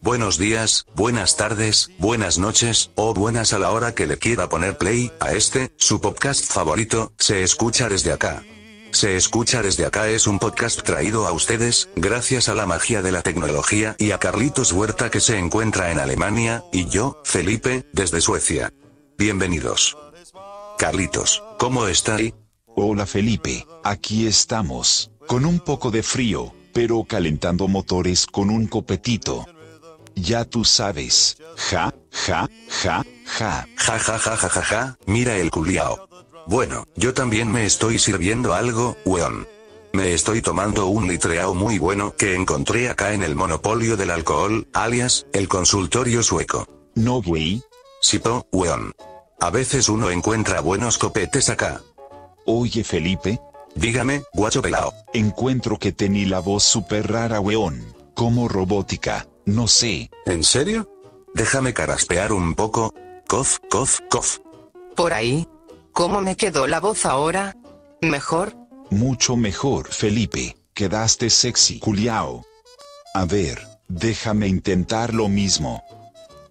Buenos días, buenas tardes, buenas noches, o buenas a la hora que le quiera poner play, a este, su podcast favorito, se escucha desde acá. Se escucha desde acá es un podcast traído a ustedes, gracias a la magia de la tecnología y a Carlitos Huerta que se encuentra en Alemania, y yo, Felipe, desde Suecia. Bienvenidos. Carlitos, ¿cómo está ahí? Hola Felipe, aquí estamos, con un poco de frío, pero calentando motores con un copetito. Ya tú sabes, ja, ja, ja, ja. Ja ja ja ja ja ja, mira el culiao. Bueno, yo también me estoy sirviendo algo, weón. Me estoy tomando un litreao muy bueno que encontré acá en el monopolio del alcohol, alias, el consultorio sueco. No güey, Sipo, weón. A veces uno encuentra buenos copetes acá. oye Felipe, Dígame, guacho pelao. encuentro que tení la voz súper rara weón, como robótica, no sé, ¿En serio? Déjame caraspear un poco. Cof, cof, cof. Por ahí. ¿Cómo me quedó la voz ahora? ¿Mejor? mucho mejor Felipe, quedaste sexy culiao. A ver, déjame intentar lo mismo.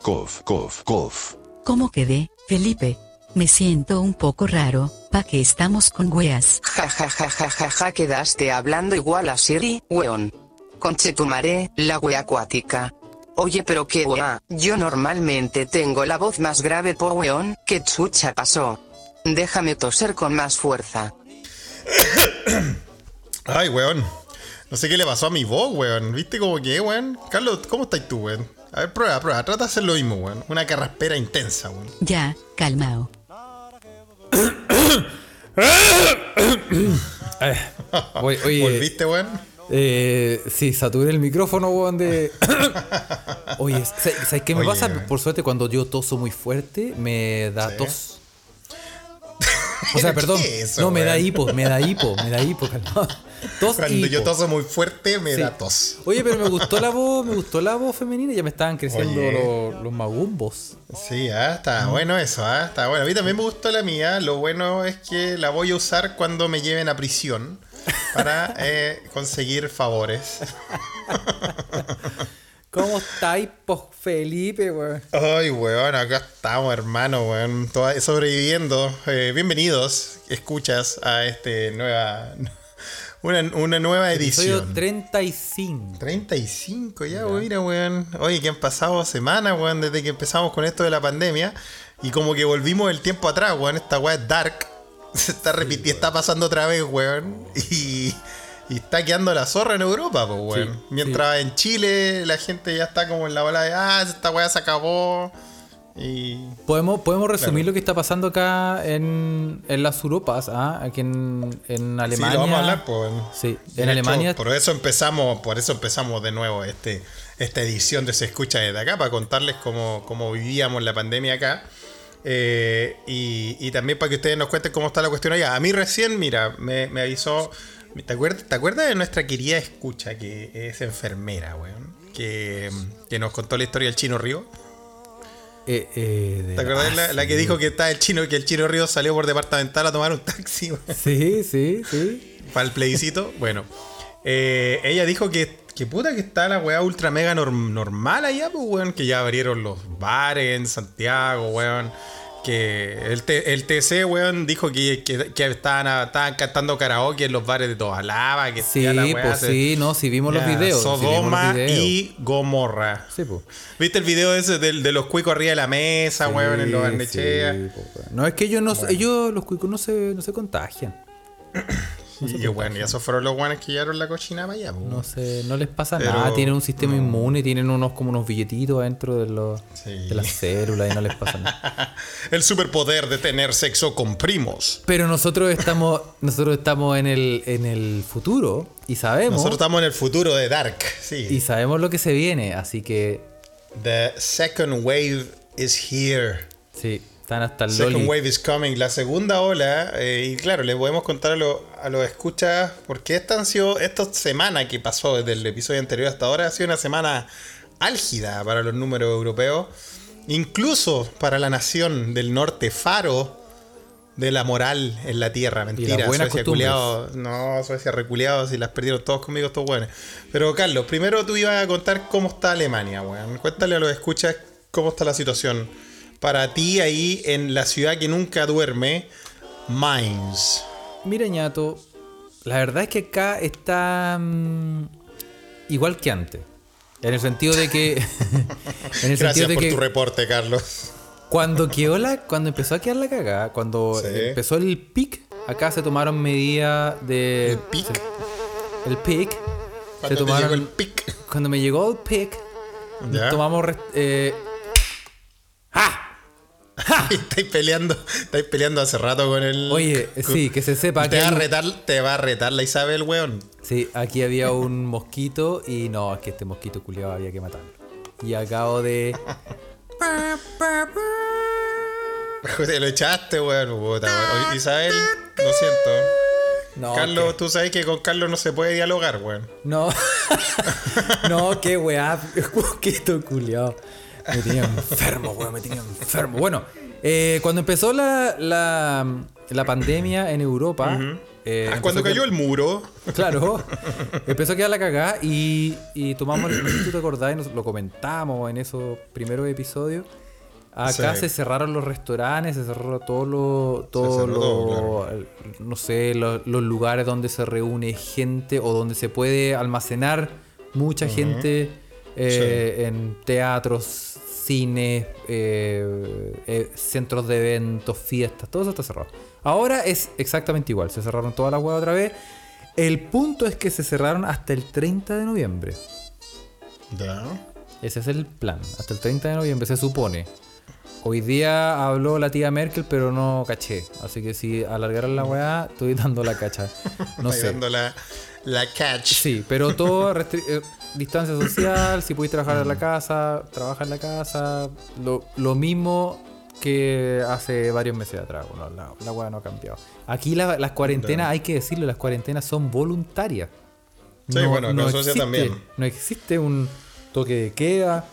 Cof, cof, cof. ¿Cómo quedé, Felipe? Me siento un poco raro, pa que estamos con weas. Ja ja ja ja ja ja quedaste hablando igual a Siri, weón. Conchetumaré, la wea acuática. Oye pero qué wea, yo normalmente tengo la voz más grave po weón, que chucha pasó. Déjame toser con más fuerza. Ay, weón. No sé qué le pasó a mi voz, weón. ¿Viste cómo que, weón? Carlos, ¿cómo estás tú, weón? A ver, prueba, prueba. Trata de hacer lo mismo, weón. Una carraspera intensa, weón. Ya, calmao. Ay, oye, Eh, oye, ¿Volviste, weón? eh, sí, saturé el micrófono, weón, de... Oye, sa- ¿sabes qué me Oye, pasa? weón. Por suerte, cuando yo toso muy fuerte, me da Sí. tos. O sea, ¿Qué perdón. es eso, no, me da weón? hipo, me da hipo, me da hipo, calmado. Tos Cuando y yo hipo. toso muy fuerte, me Sí. da tos. Oye, pero me gustó la voz, me gustó la voz femenina, ya me estaban creciendo Oye. los, los magumbos. Sí, ah, está bueno eso, ah, está bueno. A mí también me gustó la mía. Lo bueno es que la voy a usar cuando me lleven a prisión para eh, conseguir favores. ¿Cómo estáis, po, Felipe, weón? Ay, weón, acá estamos, hermano, weón. Toda- sobreviviendo. Eh, bienvenidos, escuchas a este nueva. Una, una nueva Soy edición. 35. 35 ya, weón, mira, weón. Oye, que han pasado semanas, weón, desde que empezamos con esto de la pandemia. Y como que volvimos el tiempo atrás, weón. Esta weá es dark. Se está repitiendo, está pasando otra vez, weón. Y, y está quedando la zorra en Europa, pues, weón. Sí, Mientras en Chile la gente ya está como en la ola de, ah, esta weá se acabó. Y Podemos, podemos resumir Claro. lo que está pasando acá en, en las Europas, ¿ah? aquí en, en Alemania. Sí, lo vamos a hablar, pues. Sí, en De hecho, Alemania. por eso empezamos, por eso empezamos de nuevo este, esta edición de Se Escucha desde acá, para contarles cómo, cómo vivíamos la pandemia acá. Eh, y, y también para que ustedes nos cuenten cómo está la cuestión allá. A mí recién, mira, me, me avisó. ¿te acuerdas, ¿Te acuerdas de nuestra querida escucha que es enfermera, weón? Que, que nos contó la historia del Chino Río. Eh, eh, de ¿Te acuerdas ah, la, la que sí. dijo que está el chino, que el Chino Río salió por departamental a tomar un taxi, weón? Sí, sí, sí. para el plebiscito. Bueno, eh, ella dijo que, que puta que está la weá ultra mega norm- normal allá, pues weón, que ya abrieron los bares en Santiago, weón. Que el, T- el TC, weón, dijo que, que- que estaban, a- estaban cantando karaoke en los bares de Tobalaba, que Sí, ya la weá pues se- sí, no, si vimos los Ya, videos. sí vimos los Sodoma videos. y Gomorra. Sí, pues. ¿Viste el video ese del- de, los cuicos arriba de la mesa, weón, en los Sí, barnechea? sí, pues, bueno. No, es que ellos, no, ellos los cuicos, no se, no se contagian. Y bueno, y esos fueron los weones que llevaron la cochina para allá, pues, No, se, no les pasa Pero- nada. Tienen un sistema inmune, tienen unos como unos billetitos adentro de, los, Sí. de las células y no les pasa nada. El superpoder de tener sexo con primos. Pero nosotros estamos, nosotros estamos en el, en el futuro y sabemos Nosotros estamos en el futuro de Dark, y sí. sabemos lo que se viene, así que The second wave is here. sí, están hasta el Second loli. wave is coming. La segunda ola, eh, y claro, les podemos contar a, lo- a los escuchas, porque esta han sido, esta semana que pasó desde el episodio anterior hasta ahora, ha sido una semana álgida para los números europeos. Incluso para la nación del norte, Faro, de la moral en la tierra. Mentira, las buenas Suecia costumbres. culiao- No, Suecia reculeado, si las perdieron todos conmigo estos buenos. Pero Carlos, primero tú ibas a contar cómo está Alemania, weón. Cuéntale a los escuchas cómo está la situación. Para ti ahí en la ciudad que nunca duerme, Mainz. Mira, ñato, la verdad es que acá está mm, igual que antes. En el sentido de que. en el Gracias sentido de por que tu reporte, Carlos. cuando quedó la, cuando empezó a quedar la cagada, cuando Sí. empezó el pic, acá se tomaron medidas de. El pic. Eh, se- el pic. Cuando te tomaron- llegó el pic. Cuando me llegó el pic, Ya. tomamos. rest- eh, ¡Ah! Y estáis peleando, estáis peleando hace rato con el. Oye, sí, que se sepa Te que va, a hay un- retar, te va a retar la Isabel, weón. Sí, aquí había un mosquito y no, es que este mosquito culiado había que matarlo. Y acabo de. Te lo echaste, weón. Puta, weón. Oye, Isabel, lo siento. No, Carlos, tú sabes que con Carlos no se puede dialogar, weón. que- No. no, qué weá. Mosquito culiado. Me tenía enfermo, weón. Me tenía enfermo. Bueno, eh, cuando empezó la, la, la pandemia en Europa. eh, Ah, empezó Cuando que- cayó el muro. Claro, empezó a quedar la cagada y, y tomamos el. no sé si tú te acordás, y nos- lo comentamos en esos primeros episodios. Acá Sí. se cerraron los restaurantes, se cerró todo lo. Todo cerró lo- todo, el- No sé, lo- los lugares donde se reúne gente o donde se puede almacenar mucha gente eh, en teatros, cines, eh, eh, centros de eventos, fiestas, todo eso está cerrado. Ahora es exactamente igual, se cerraron todas las huevas otra vez. El punto es que se cerraron hasta el 30 de noviembre. Ya. Ese es el plan. Hasta el 30 de noviembre se supone. Hoy día habló la tía Merkel, pero no caché. Así que si alargaran la weá, estoy dando la cacha. No Ahí sé. dando la, la catch. Sí, pero todo restri- eh, distancia social, si pudiste trabajar en la casa, trabaja en la casa. Lo, lo mismo que hace varios meses atrás. Bueno, la, la weá no ha cambiado. Aquí la- las cuarentenas, hay que decirlo, las cuarentenas son voluntarias. Sí, bueno, acá en Suecia también. No existe un toque de queda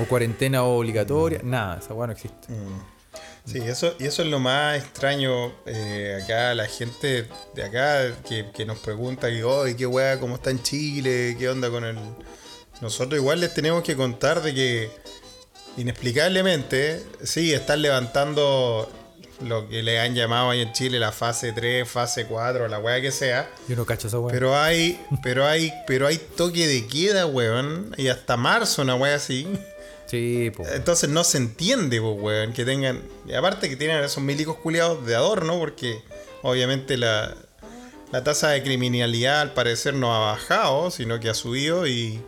o cuarentena obligatoria. Nada, esa weá no existe. Mm. Sí, eso, y eso es lo más extraño. eh, acá la gente de acá que, que nos pregunta que, "Oy, qué weá, cómo está en Chile, qué onda con el. Nosotros igual les tenemos que contar de que inexplicablemente sí están levantando lo que le han llamado ahí en Chile la fase 3, fase 4, la weá que sea. Yo no cacho esa weá. Pero hay, pero hay, pero hay toque de queda, weón. Y hasta marzo una weá así. sí, po. Entonces no se entiende, pues, weón, que tengan. Y aparte que tienen esos milicos culiados de adorno, porque obviamente la, la tasa de criminalidad al parecer no ha bajado, sino que ha subido y.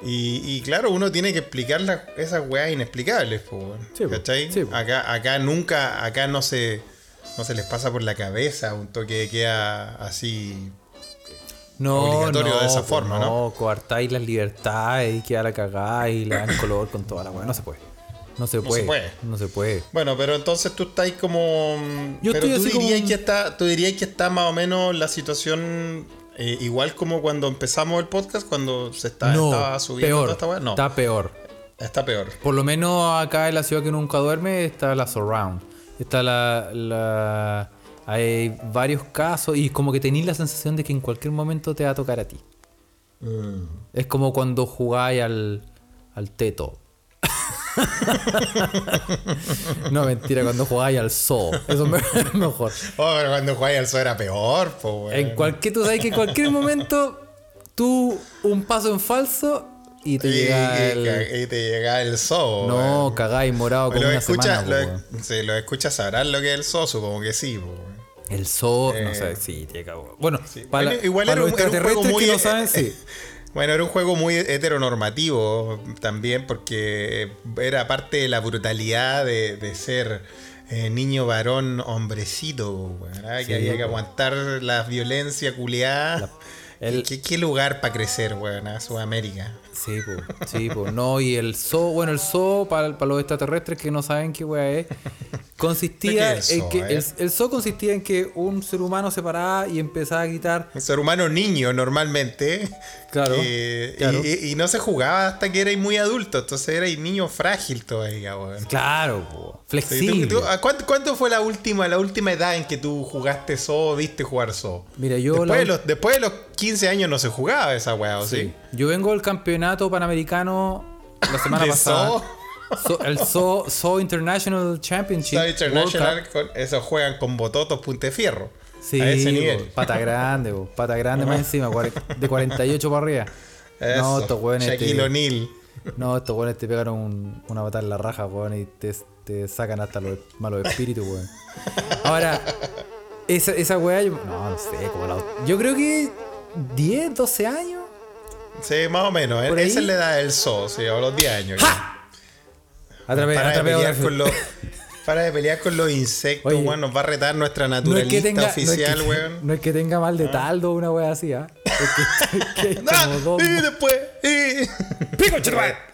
Y, y claro, uno tiene que explicar las- esas weas inexplicables, pues, weón. Sí, po. ¿Cachai? Sí, po. Acá, acá nunca, acá no se. No se les pasa por la cabeza un toque de queda así. No, obligatorio no, de esa po, forma, ¿no? coartáis las libertades y queda la cagada y le dan color con toda la weá. No se puede. No se puede. puede. No se puede. Bueno, pero entonces tú estás como. mm, Yo pero estoy tú así como dirías, un- que está, tú dirías que está más o menos la situación eh, igual como cuando empezamos el podcast, cuando se está, no, estaba subiendo peor. toda esta weá. No, está, Está peor. peor. Por lo menos acá en la ciudad que nunca duerme está la surround. Está la. la- hay varios casos y como que tenéis la sensación de que en cualquier momento te va a tocar a ti. Es como cuando jugáis al, al teto. no, mentira, cuando jugáis al zoo. Eso me- es mejor. Oh, pero cuando jugáis al zoo era peor, pues, En cualquier, tú sabes que en cualquier momento tú un paso en falso y te Y, llega y- el... y te llega el zoo. No, cagáis morado weón. como Los una escuchas, semana. po, los- weón. sí, los escuchas sabrán lo que es el zoo, supongo que sí, pues, weón. El zoo, no Eh, sé, sí, te cagó. Bueno, Bueno, para, igual para era los un- era un juego extraterrestres que muy- e- lo saben, sí. Bueno, era un juego muy heteronormativo también, porque era parte de la brutalidad de, de ser eh, niño varón hombrecito, ¿verdad? Sí, que había que pues. aguantar la violencia culeada El- ¿Qué, qué lugar para crecer, weón? A Sudamérica. Sí, po, sí, po. No, y el zoo, bueno, el zoo, para, los extraterrestres que no saben qué weá es, consistía ¿Qué es el en zoo, que. eh? El, el zoo consistía en que un ser humano se paraba y empezaba a gritar. Un ser humano niño normalmente. Claro, que- y- claro. Y, y no se jugaba hasta que erais muy adulto. Entonces erais niño frágil todavía, weón. Claro, po, Sí, tú- flexible. tú- ah, ¿a ¿cuánto, cuánto fue la última, la última edad en que tú jugaste zoo, viste jugar zoo? Mira, yo después, la de ul- los, después de los 15 años no se jugaba esa weá, ¿o sí? Sí. Yo vengo del campeonato panamericano la semana ¿De pasada. zoo? So- el zoo, zoo International Championship. Zoo World Cup. International, con- esos juegan con bototos punte fierro. Sí, a ese bo, nivel. pata grande, bo, pata grande más encima, cuare- de 48 para arriba. No, Eso, estos weones. este- te- Shaquille O'Neal. No, estos weones te pegaron un- una patada en la raja, weón, y te, te sacan hasta los e-, malos espíritus, weón. Ahora, esa, esa weá, yo, no, no sé, como la- Yo creo que 10, 12 años. Sí, más o menos. e-, ¿Por Esa ahí? es la edad del zoo, sí, a los 10 años. Atrape- para, de atrape- pelear atrape- con los, para de pelear con los insectos, Oye, weón. Nos va a retar nuestra No es naturalista que tenga, oficial, no es que, weón. no es que tenga mal de taldo una wea así, ¿ah? Es que- que hay ¡Ah! como dos- Y después. y-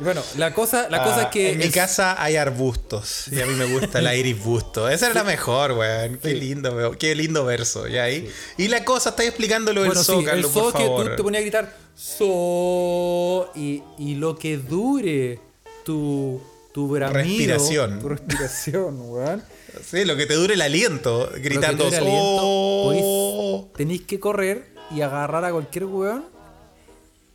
Bueno, la cosa, la cosa es Ah, que. en mi el- casa hay arbustos y a mí me gusta la iris busto. Esa era la mejor, weón. Qué lindo, weón. Qué lindo verso. Y ahí. Y la cosa, está explicando lo del Bueno, zoo, sí, Carlos, el zoo por que favor. tú te ponías a gritar zoo y, y lo que dure tu, tu bramido, Respiración. Tu respiración, weón. Sí, lo que te dure el aliento, gritando. "Oh". Tenéis que correr y agarrar a cualquier weón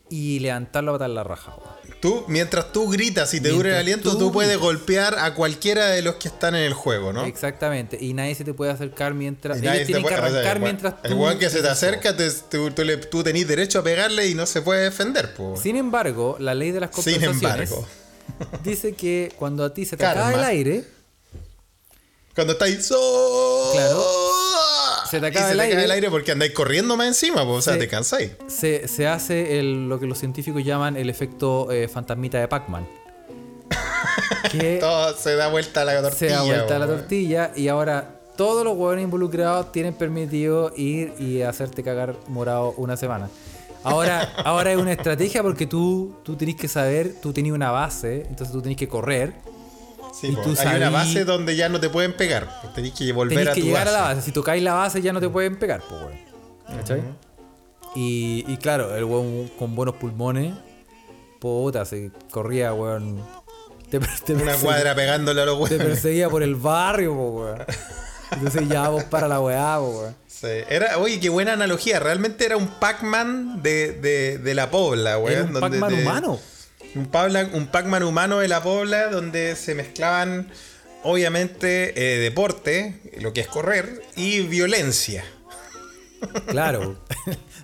y levantarlo a patar la raja, weón. Tú, mientras tú gritas y te dure el Mientras aliento, tú tú puedes gritas. golpear a cualquiera de los que están en el juego, ¿no? Exactamente. Y nadie se te puede acercar mientras. Y Ellos nadie te tienen puede- que o sea, el arrancar weón- mientras El tú- weón que se te acerca, te- tú, tú le- tú tenés derecho a pegarle y no se puede defender, po. Sin embargo, la ley de las Sin compensaciones embargo. dice que cuando a ti se te Karma. acaba el aire, Cuando estáis solo. Claro. Se te y acaba se el te aire. acaba el aire porque andáis corriendo más encima, po. o sea, Sí. te cansáis. se, se hace el- lo que los científicos llaman el efecto eh, fantasmita de Pac-Man. Que Todo se da vuelta a la Eh, se tortilla. da vuelta a la po. tortilla y ahora todos los huevones involucrados tienen permitido ir y hacerte cagar morado una semana. Ahora, ahora es una estrategia porque tú, tú tenés que saber, tú tenías una base, entonces tú tenés que correr. Sí, Y po. tú Hay sabí- una base donde ya no te pueden pegar. Tenés que volver Tenés a que tu llegar base. a la base. Si tocáis la base ya no te pueden pegar, pues, weón. ¿Cachai? y, y claro, el weón con buenos pulmones, puta, se corría, weón. Te, per- te Una perseguía- cuadra pegándole a los Te huevos. perseguía por el barrio, po, weón. Entonces ya vos para la weá, po, weón. Sí, Era, oye, qué buena analogía. Realmente era un Pac-Man de, de, de la Pobla, weón. Era un donde Pac-Man te- humano. Un, Pabla- un Pac-Man humano de la Pobla donde se mezclaban, obviamente, eh, deporte, lo que es correr, y violencia. Claro.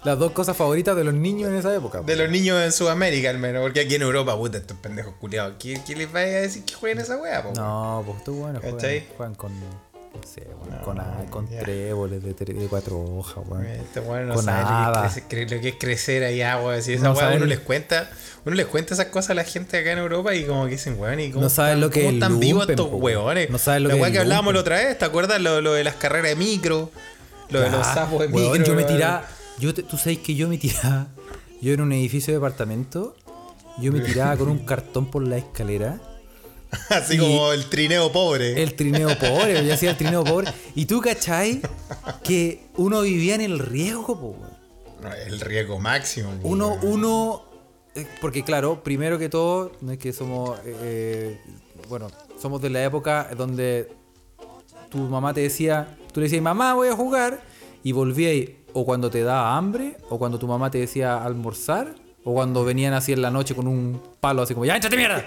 Las dos cosas favoritas de los niños en esa época. po. De los niños en Sudamérica, al menos. Porque aquí en Europa, puta, estos pendejos culiados. ¿Quién, quién les va a decir que jueguen esa wea, po? No, pues tú, bueno, juegan, ¿Cachai? juegan con. No sé, weón, con, a- con tréboles de, tre- de cuatro hojas, weón. Este weón no Con sabe lo que, habas. es crecer, cre- lo que es crecer allá, weón. Si esa No weá saben- uno les cuenta, uno les cuenta esas cosas a la gente acá en Europa y como que dicen, weón, y cómo No saben están- lo que cómo es están lumpen, vivos estos po, weón. weones. No saben lo la que weá es que hablábamos la lumpen. otra vez, ¿te acuerdas? Lo, lo de las carreras de micro, lo de los Ah, sapos de weón, micro. Yo me weón. tiraba. Yo te- tú sabes que yo me tiraba. Yo en un edificio de departamento. Yo me tiraba con un cartón por la escalera. Así y- como el trineo pobre. El trineo pobre, yo hacía el trineo pobre. Y tú, ¿cachai? Que uno vivía en el riesgo, po, weón. No, el riesgo máximo. po, Uno, weón. uno. eh, Porque, claro, primero que todo, no es que somos. eh, bueno, somos de la época donde tu mamá te decía. Tú le decías, mamá, voy a jugar. Y volvíais o cuando te daba hambre, o cuando tu mamá te decía almorzar, o cuando venían así en la noche con un palo así como, ¡ya, échate mierda!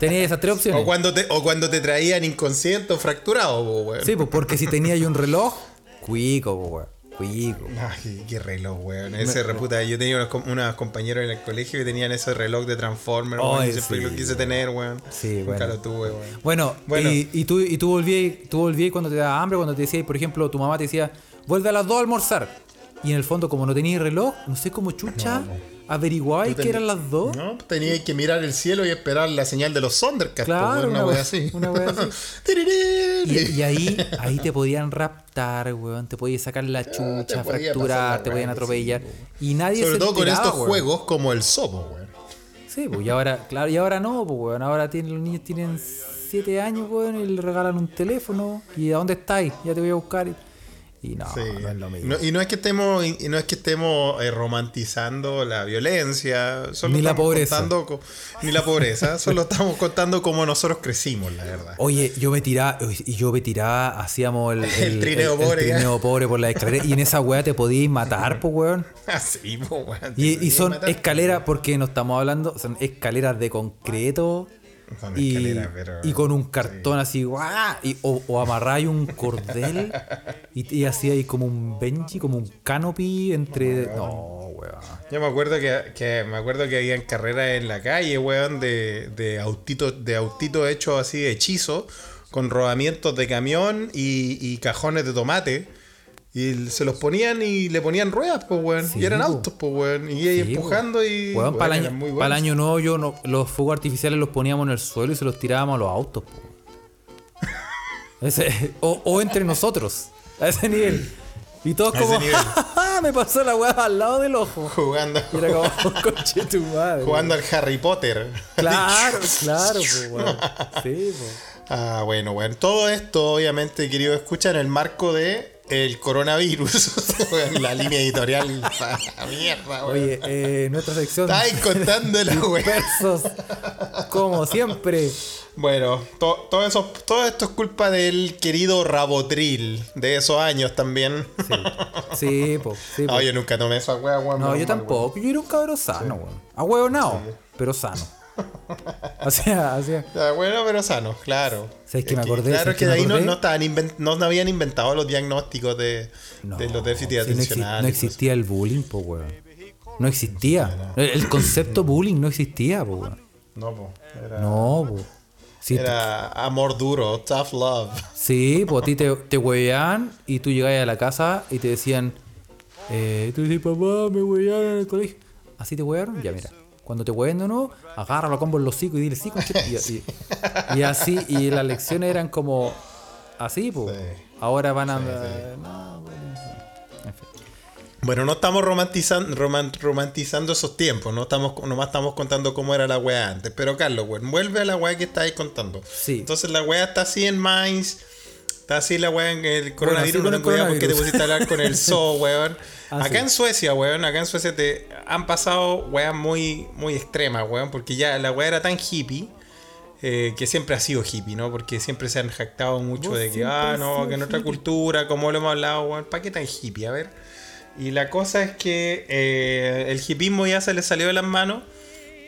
Tenías esas tres opciones. O cuando, te, o cuando te traían inconsciente o fracturado, po, weón. Sí, pues porque si tenía yo un reloj, cuico, po, weón. Cuico. Ay, qué reloj, weón. Ese reputa. Yo tenía unos, com- unos compañeros en el colegio que tenían ese reloj de Transformer, weón. Ay, y siempre sí, lo quise tener, weón. Sí, Nunca bueno. lo tuve, weón. Bueno, Bueno. Y, y tú, y tú volvías tú volvías cuando te daba hambre, cuando te decía, por ejemplo, tu mamá te decía, vuelve a las 2 a almorzar. Y en el fondo, como no tenía reloj, no sé cómo chucha, ¿Averiguabais Tú que eran tenías- las dos? No, tenías que mirar el cielo y esperar la señal de los Thundercats. Claro, po, weón, una una wea wea- así. una wea así. Tirirín. Y, y ahí, ahí te podían raptar, weón. Te podían sacar la chucha, Ah, podía pasar la fracturar, te weá, podían sí, atropellar. y nadie Sobre se todo con enteraba, estos weón. juegos como el Sopo, weón. Sí, pues, y ahora, claro, y ahora no, pues, weón. Ahora tienen, los niños tienen 7 años, weón, y le regalan un teléfono. ¿Y a dónde estáis? Ya te voy a buscar. Y, y no, Sí. Ah, no es lo mismo. No- y no es que estemos, y no es que estemos eh, romantizando la violencia, solo Ni la estamos pobreza. contando co- ni la pobreza, solo estamos contando cómo nosotros crecimos, la verdad. Oye, yo me tiraba, y yo me tiraba, hacíamos el, El trineo pobre, ya. trineo pobre por la escalera. Y en esa weá te podías matar, pues, weón. Así, Ah, po, weón, te Y, y podías son matar. escaleras, porque no estamos hablando, son escaleras de concreto. Son Y, escaleras, pero- y con un cartón así, ¡guau! Y, o, o amarráis un cordel y, y así ahí como un benji, como un canopy entre. No, weón. Yo me acuerdo que, que me acuerdo que habían carreras en la calle, weón, de, de autitos de autito hechos así de hechizo, con rodamientos de camión y, y cajones de tomate. Y l- se los ponían y le ponían ruedas, pues, weón. Sí, y eran po. autos, pues, weón. Y ahí Sí, empujando y. Weón, para el eran muy año, buenos. para el año nuevo yo no- los fuegos artificiales los poníamos en el suelo y se los tirábamos a los autos. po. Ese- o, o entre nosotros, a ese nivel. Y todos A ese como, nivel. "Ja, ja, me pasó la weá al lado del ojo. Jugando, Y era como, coche tu madre. jugando al Harry Potter. Claro, claro, po, weón. Sí, po. Ah, bueno, bueno. Todo esto, obviamente, querido, escucha en el marco de el coronavirus. Weón, la línea editorial. la mierda, weón. Oye, eh, nuestra sección. Estáis contando la weá. Versos, como siempre. Bueno, to- todo, eso, todo esto es culpa del querido Rabotril de esos años también. Sí, sí, po, sí, po. Ah, yo nunca tomé esa wea, weón. menos No, yo mal, weón. tampoco. Yo era un cabrón sano, weón. A huevonao, pero sano. O sea, o sea, Ah, bueno, pero sano, claro. Es ¿Sabes que me acordé? Claro, ¿Sabes es que que de me ahí no, acordé? no, estaban inven- no habían inventado los diagnósticos de, no, de los déficits sí, no exi- atencionales. pues. No existía el bullying, po, weón. No existía. El- El concepto bullying no existía, po, weón. No, po, era, No, po. Sí, era amor duro, tough love. Sí, pues a ti te, te hueveaban y tú llegabas a la casa y te decían, eh, tú dices, papá, me huevearon en el colegio. ¿Así te huevearon? Ya, mira. Cuando te hueven de nuevo, agárralo con los hocico y dile, sí, conche-". Y, y- y así, y las lecciones eran como así, pues. Sí. Ahora van a... no, bueno. Bueno, no estamos romantizan- roman- romantizando esos tiempos, no estamos, nomás estamos contando cómo era la weá antes. Pero Carlos, weón, vuelve a la weá que estáis contando. Sí. Entonces la weá está así en Mainz, está así la weá en el coronavirus, así con no te el cuidado porque te coronavirus. pusiste a hablar con el zoo, weón. Así. Acá en Suecia, weón, acá en Suecia te han pasado weas muy, muy extremas, weón, porque ya la weá era tan hippie. eh, que siempre ha sido hippie, ¿no? Porque siempre se han jactado mucho Vos de que, siempre ah, has no, sido que en otra hippie". cultura, como lo hemos hablado, weón, ¿para qué tan hippie? A ver. Y la cosa es que eh, el hipismo ya se les salió de las manos.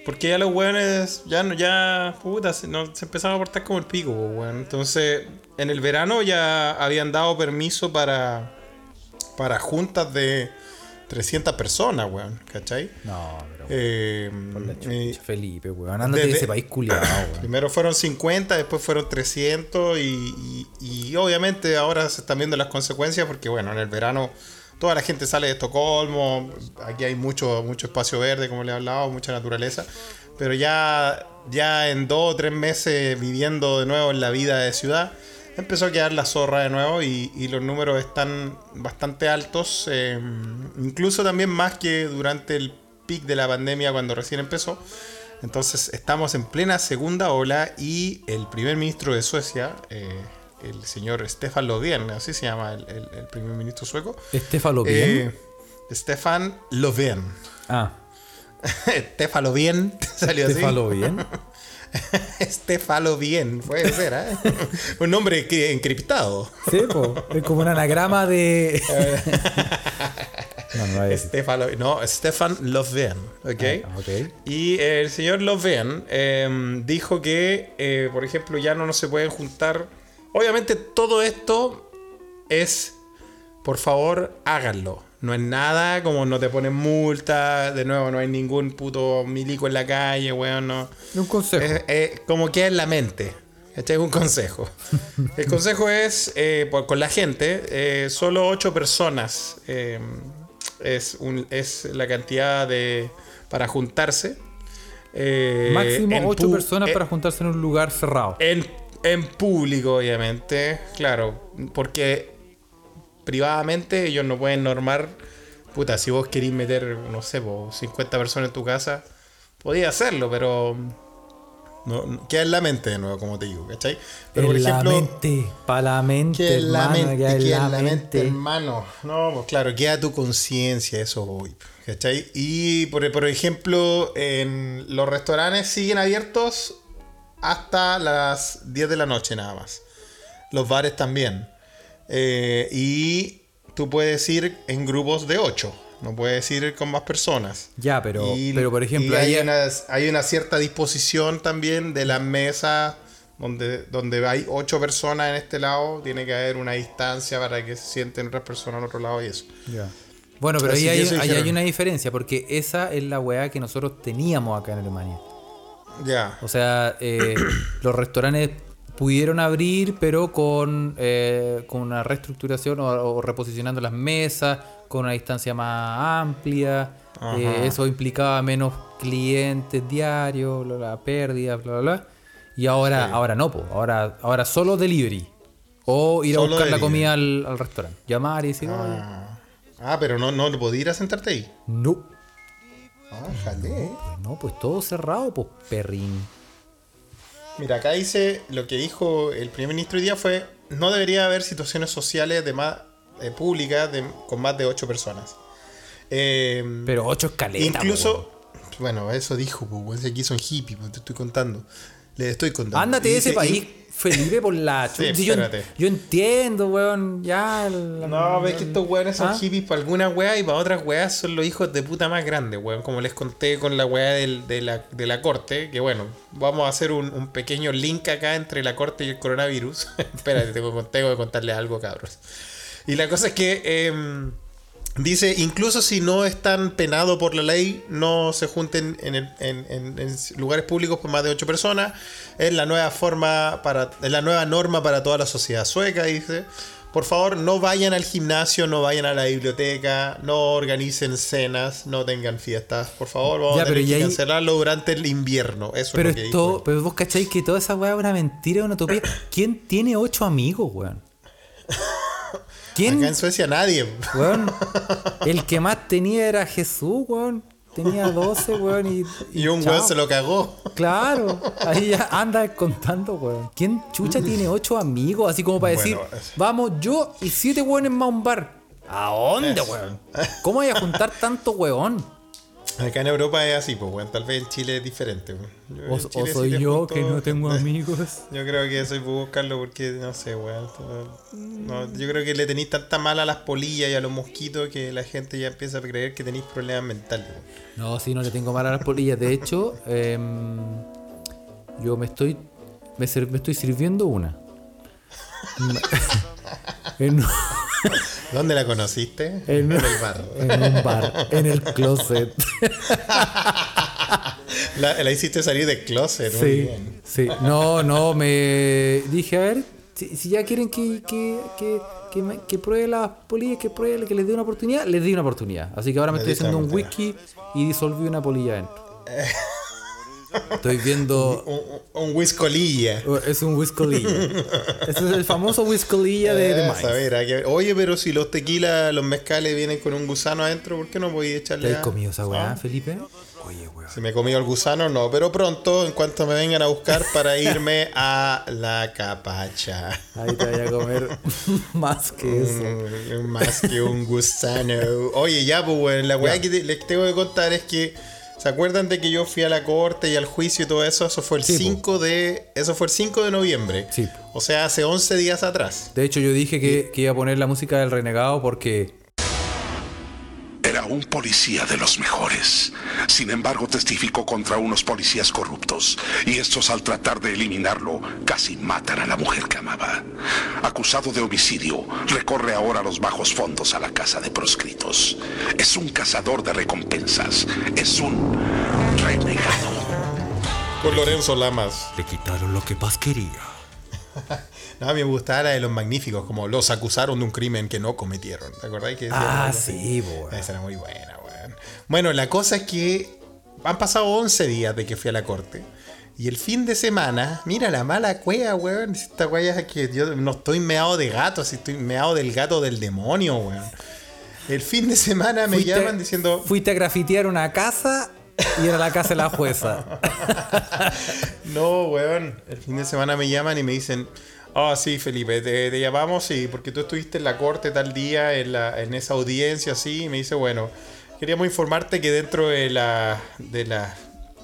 Porque ya los weones, ya, no- ya, puta, se, no, se empezaron a portar como el pico, po, weón. Entonces, en el verano ya habían dado permiso para, para juntas de 300 personas, weón, ¿cachai? No, pero... Eh, y chucha, Felipe, weón, ándate de desde- ese país culiado, weón. primero fueron 50, después fueron 300 y, y- y obviamente ahora se están viendo las consecuencias porque, bueno, en el verano toda la gente sale de Estocolmo, aquí hay mucho, mucho espacio verde, como le he hablado, mucha naturaleza, pero ya, ya en dos o tres meses viviendo de nuevo en la vida de ciudad, empezó a quedar la zorra de nuevo y, y los números están bastante altos, eh, incluso también más que durante el pic de la pandemia cuando recién empezó. Entonces estamos en plena segunda ola y el primer ministro de Suecia, eh, el señor Stefan Löfven, así se llama el, el- el primer ministro sueco. Estefalo, bien. Eh, Stefan Löfven. ah, Stefan Löfven, te salió así. Estefalo, bien. Stefan Löfven, puede ser, ¿eh? Un nombre que, encriptado. Sí, po. Es como un anagrama de... no, no hay... Stefan Lö- no, Stefan Löfven, ¿ok? Ah, ok. Y eh, el señor Löfven eh, dijo que, eh, por ejemplo, ya no, no se pueden juntar. Obviamente todo esto es, por favor, háganlo. No es nada, como no te ponen multa, de nuevo, no hay ningún puto milico en la calle, weón, no. Un consejo. Es, es como queda en la mente. Este es un consejo. El consejo es, eh, por- con la gente, eh, solo ocho personas eh, es, un- es la cantidad de para juntarse. Eh, Máximo en 8 pu- personas eh, para juntarse en un lugar cerrado. en, en público, obviamente, claro, porque privadamente ellos no pueden normar. Puta, si vos querís meter, no sé, po, 50 personas en tu casa, podías hacerlo, pero. No, no- queda en la mente de nuevo, como te digo, ¿cachai? Pero por En la ejemplo. mente, para la mente, Queda en la hermano, mente, queda en queda la en la mente, mente. hermano. No, pues claro, queda tu conciencia, eso voy. ¿Cachai? Y por, por ejemplo, en los restaurantes siguen abiertos hasta las 10 de la noche nada más. Los bares también. Eh, y tú puedes ir en grupos de 8. No puedes ir con más personas. Ya, pero, Y- pero por ejemplo, y hay, ahí- una, hay una cierta disposición también de las mesas donde, donde hay ocho personas en este lado, tiene que haber una distancia para que se sienten otras personas al otro lado y eso. Bueno, pero ahí Así que hay, eso ahí hay dijeron. una diferencia, porque esa es la weá que nosotros teníamos acá en Alemania. Ya. O sea, eh, los restaurantes pudieron abrir, pero con, eh, con una reestructuración o, o reposicionando las mesas, con una distancia más amplia. Ajá. Eh, eso implicaba menos clientes diarios, bla, bla, pérdida, bla, bla, bla. Y ahora, ahora no, po. Ahora, ahora solo delivery. O ir Solo a buscar la delivery. comida al, al restaurante. Llamar y decir, "Oye, Ah, Ah, pero no, no podías ir a sentarte ahí. no. Ah, jale. No, pues todo cerrado, pues perrín. Mira, acá dice lo que dijo el primer ministro hoy día fue no debería haber situaciones sociales de más eh, públicas de- con más de ocho personas. Eh, Pero ocho escaletas. Incluso, bueno, eso dijo, pues, weón, si aquí son hippies, pues, te estoy contando. Le estoy contando. Ándate Y de ese dice- país, Felipe, por la Sí, chu- si yo, espérate. yo entiendo, weón. Ya. y- la- No, ves que estos weones son ¿Ah? hippies para algunas weas y para otras weas son los hijos de puta más grandes, weón. Como les conté con la wea del- de, la, de la corte, que bueno, vamos a hacer un, un pequeño link acá entre la corte y el coronavirus. Espérate, tengo, que- tengo que contarles algo, cabros. Y la cosa es que em, dice, incluso si no están penados por la ley, no se junten en, el- en- en- en lugares públicos por más de ocho personas. Es la nueva forma para, es la nueva norma para toda la sociedad sueca, dice. Por favor, no vayan al gimnasio, no vayan a la biblioteca, no organicen cenas, no tengan fiestas. Por favor, vamos Ya, a tener pero que y ahí- cancelarlo durante el invierno. Eso Pero, es lo que es dijo todo- pero vos cacháis que toda esa weá es una mentira, una utopía. ¿Quién tiene ocho amigos, weón? ¿Quién? Acá en Suecia nadie. Weón, el que más tenía era Jesús, weón. Tenía 12, weón. Y, Y un chao. weón se lo cagó. Claro, ahí ya anda contando, weón. ¿Quién chucha tiene ocho amigos? Así como para decir, Bueno, es- vamos yo y siete weones más a un bar. ¿A dónde, weón? ¿Cómo hay a juntar tanto weón? Acá en Europa es así, pues, weón. Tal vez en Chile es diferente, weón. Yo en O, o Chile sí soy te yo junto- que no tengo amigos. Yo creo que soy por buscarlo porque, no sé, weón. No, Mm. yo creo que le tenéis tanta mala a las polillas y a los mosquitos que la gente ya empieza a creer que tenéis problemas mentales, weón. No, sí, no le tengo mal a las polillas. De hecho, em, yo me estoy. Me, sir- me estoy sirviendo una. En- ¿Dónde la conociste? En- el bar. en un bar, en el closet. La, la hiciste salir del closet, muy Sí, bien. sí. No, no, me dije, a ver, si, si ya quieren que, que, que, que, me- que pruebe las polillas, que pruebe, que les dé una oportunidad, les di una oportunidad. Así que ahora me Le estoy diste una haciendo un whisky y disolví una polilla adentro. Estoy viendo... Un, un, un whizcolilla. Es un whiskolilla. Ese es el famoso whiskolilla de, de Ah, maíz. a ver, hay que ver. Oye, pero si los tequilas, los mezcales vienen con un gusano adentro, ¿por qué no voy a echarle ¿Te has a- comido esa weá, ¿Ah? Felipe? Oye, weá. Si me he comido el gusano, no, pero pronto, en cuanto me vengan a buscar para irme a la capacha. Ahí te voy a comer más que eso. Mm, Más que un gusano. Oye, ya, pues, weón, la weá que te- les tengo que contar es que. ¿Se acuerdan de que yo fui a la corte y al juicio y todo eso? Eso fue el Sí, po. 5 de. Eso fue el 5 de noviembre. Sí, po. O sea, hace 11 días atrás. De hecho, yo dije que, que iba a poner la música del renegado porque Era un policía de los mejores. Sin embargo, testificó contra unos policías corruptos. Y estos, al tratar de eliminarlo, casi matan a la mujer que amaba. Acusado de homicidio, recorre ahora los bajos fondos a la casa de proscritos. Es un cazador de recompensas. Es un renegado. Con Lorenzo Lamas. Le quitaron lo que más quería. No, a mí me gustaba la de los magníficos, como los acusaron de un crimen que no cometieron. ¿Te acordáis que decían Ah, algo así? sí, po, weón. Esa era muy buena, weón. Bueno, la cosa es que han pasado 11 días de que fui a la corte. Y el fin de semana, mira la mala cueva, weón. Esta cueva es que yo no estoy meado de gato, si estoy meado del gato del demonio, weón. El fin de semana me Fuiste- llaman diciendo, Fuiste a grafitear una casa y era la casa de la jueza. No, weón. El fin de semana me llaman y me dicen, ah, sí, Felipe, te, te llamamos, sí, porque tú estuviste en la corte tal día, en, la- en esa audiencia, así, y me dice, bueno, queríamos informarte que dentro de, la, de las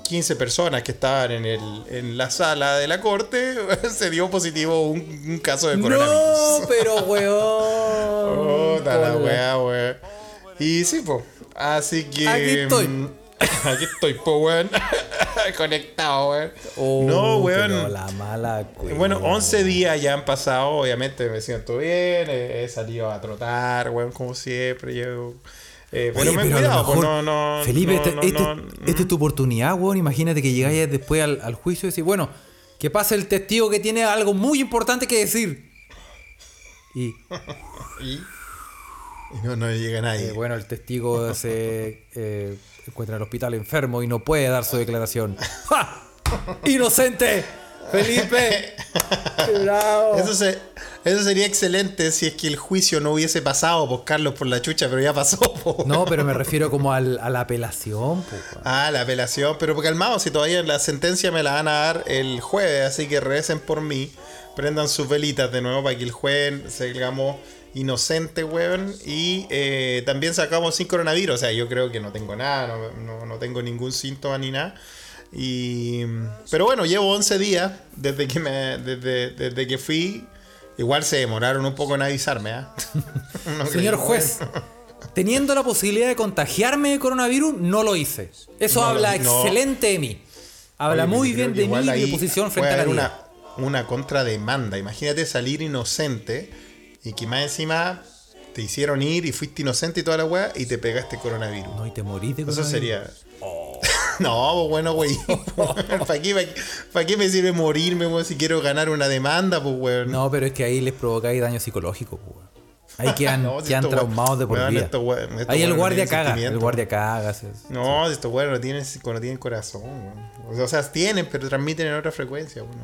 15 personas que estaban en, el, en la sala de la corte, se dio positivo un, un caso de no, coronavirus. pero weón. Puta la Hola. weá, weón. Y sí, po. Así que. Aquí estoy. mm, Aquí estoy, po, weón. Conectado, weón. Oh, no, weón. pero La mala cueva. Pues, Bueno, 11 días ya han pasado, obviamente me siento bien, he, he salido a trotar, weón, como siempre, yo... eh, pero Oye, me he a lo cuidado, pues no, mejor, no... Felipe, no, este, no, este- no, mm. esta es tu oportunidad, weón. Imagínate que llegáis después al, al juicio y decís, bueno, que pase el testigo que tiene algo muy importante que decir. Y y no, no llega nadie. eh, bueno, el testigo se eh, encuentra en el hospital enfermo y no puede dar su declaración. ¡Ja! ¡Inocente! ¡Felipe! ¡Bravo! Eso, se- eso sería excelente si es que el juicio no hubiese pasado por Carlos por la chucha, pero ya pasó. po. No, pero me refiero como al- a la apelación. po, weón. Ah, la apelación, pero calmado, si todavía la sentencia me la van a dar el jueves, así que recen por mí, prendan sus velitas de nuevo para que el jueves salgamos inocente, weón, y eh, también sacamos sin coronavirus, o sea, yo creo que no tengo nada, no, no- no tengo ningún síntoma ni nada. Y, pero bueno, llevo 11 días desde que, me, desde, desde que fui, igual se demoraron un poco en avisarme, ¿ah? No Señor creo, juez, teniendo la posibilidad de contagiarme de coronavirus, no lo hice. No Eso lo- habla no. excelente de mí. Habla Oye, pero muy yo bien creo que de mí igual y ahí mi puede posición frente a la haber vida. Una, una contrademanda. Imagínate salir inocente y que más encima te hicieron ir y fuiste inocente y toda la weá y te pegaste coronavirus. No, Oh. y te morís de Eso coronavirus. sería. No, pues bueno, güey. ¿Para qué, pa' qué- pa' qué me sirve morirme, weón, si quiero ganar una demanda, pues, weón? No, pero es que ahí les provocáis daño psicológico. po, weón. Ahí quedan, No, si quedan estos traumados de por weón, vida. estos weón- estos ahí el weones guardia tienen caga. El sentimiento. guardia caga. se- se- No, estos weones no tienen, no tienen corazón. weón. O sea, tienen, pero transmiten en otra frecuencia. weón.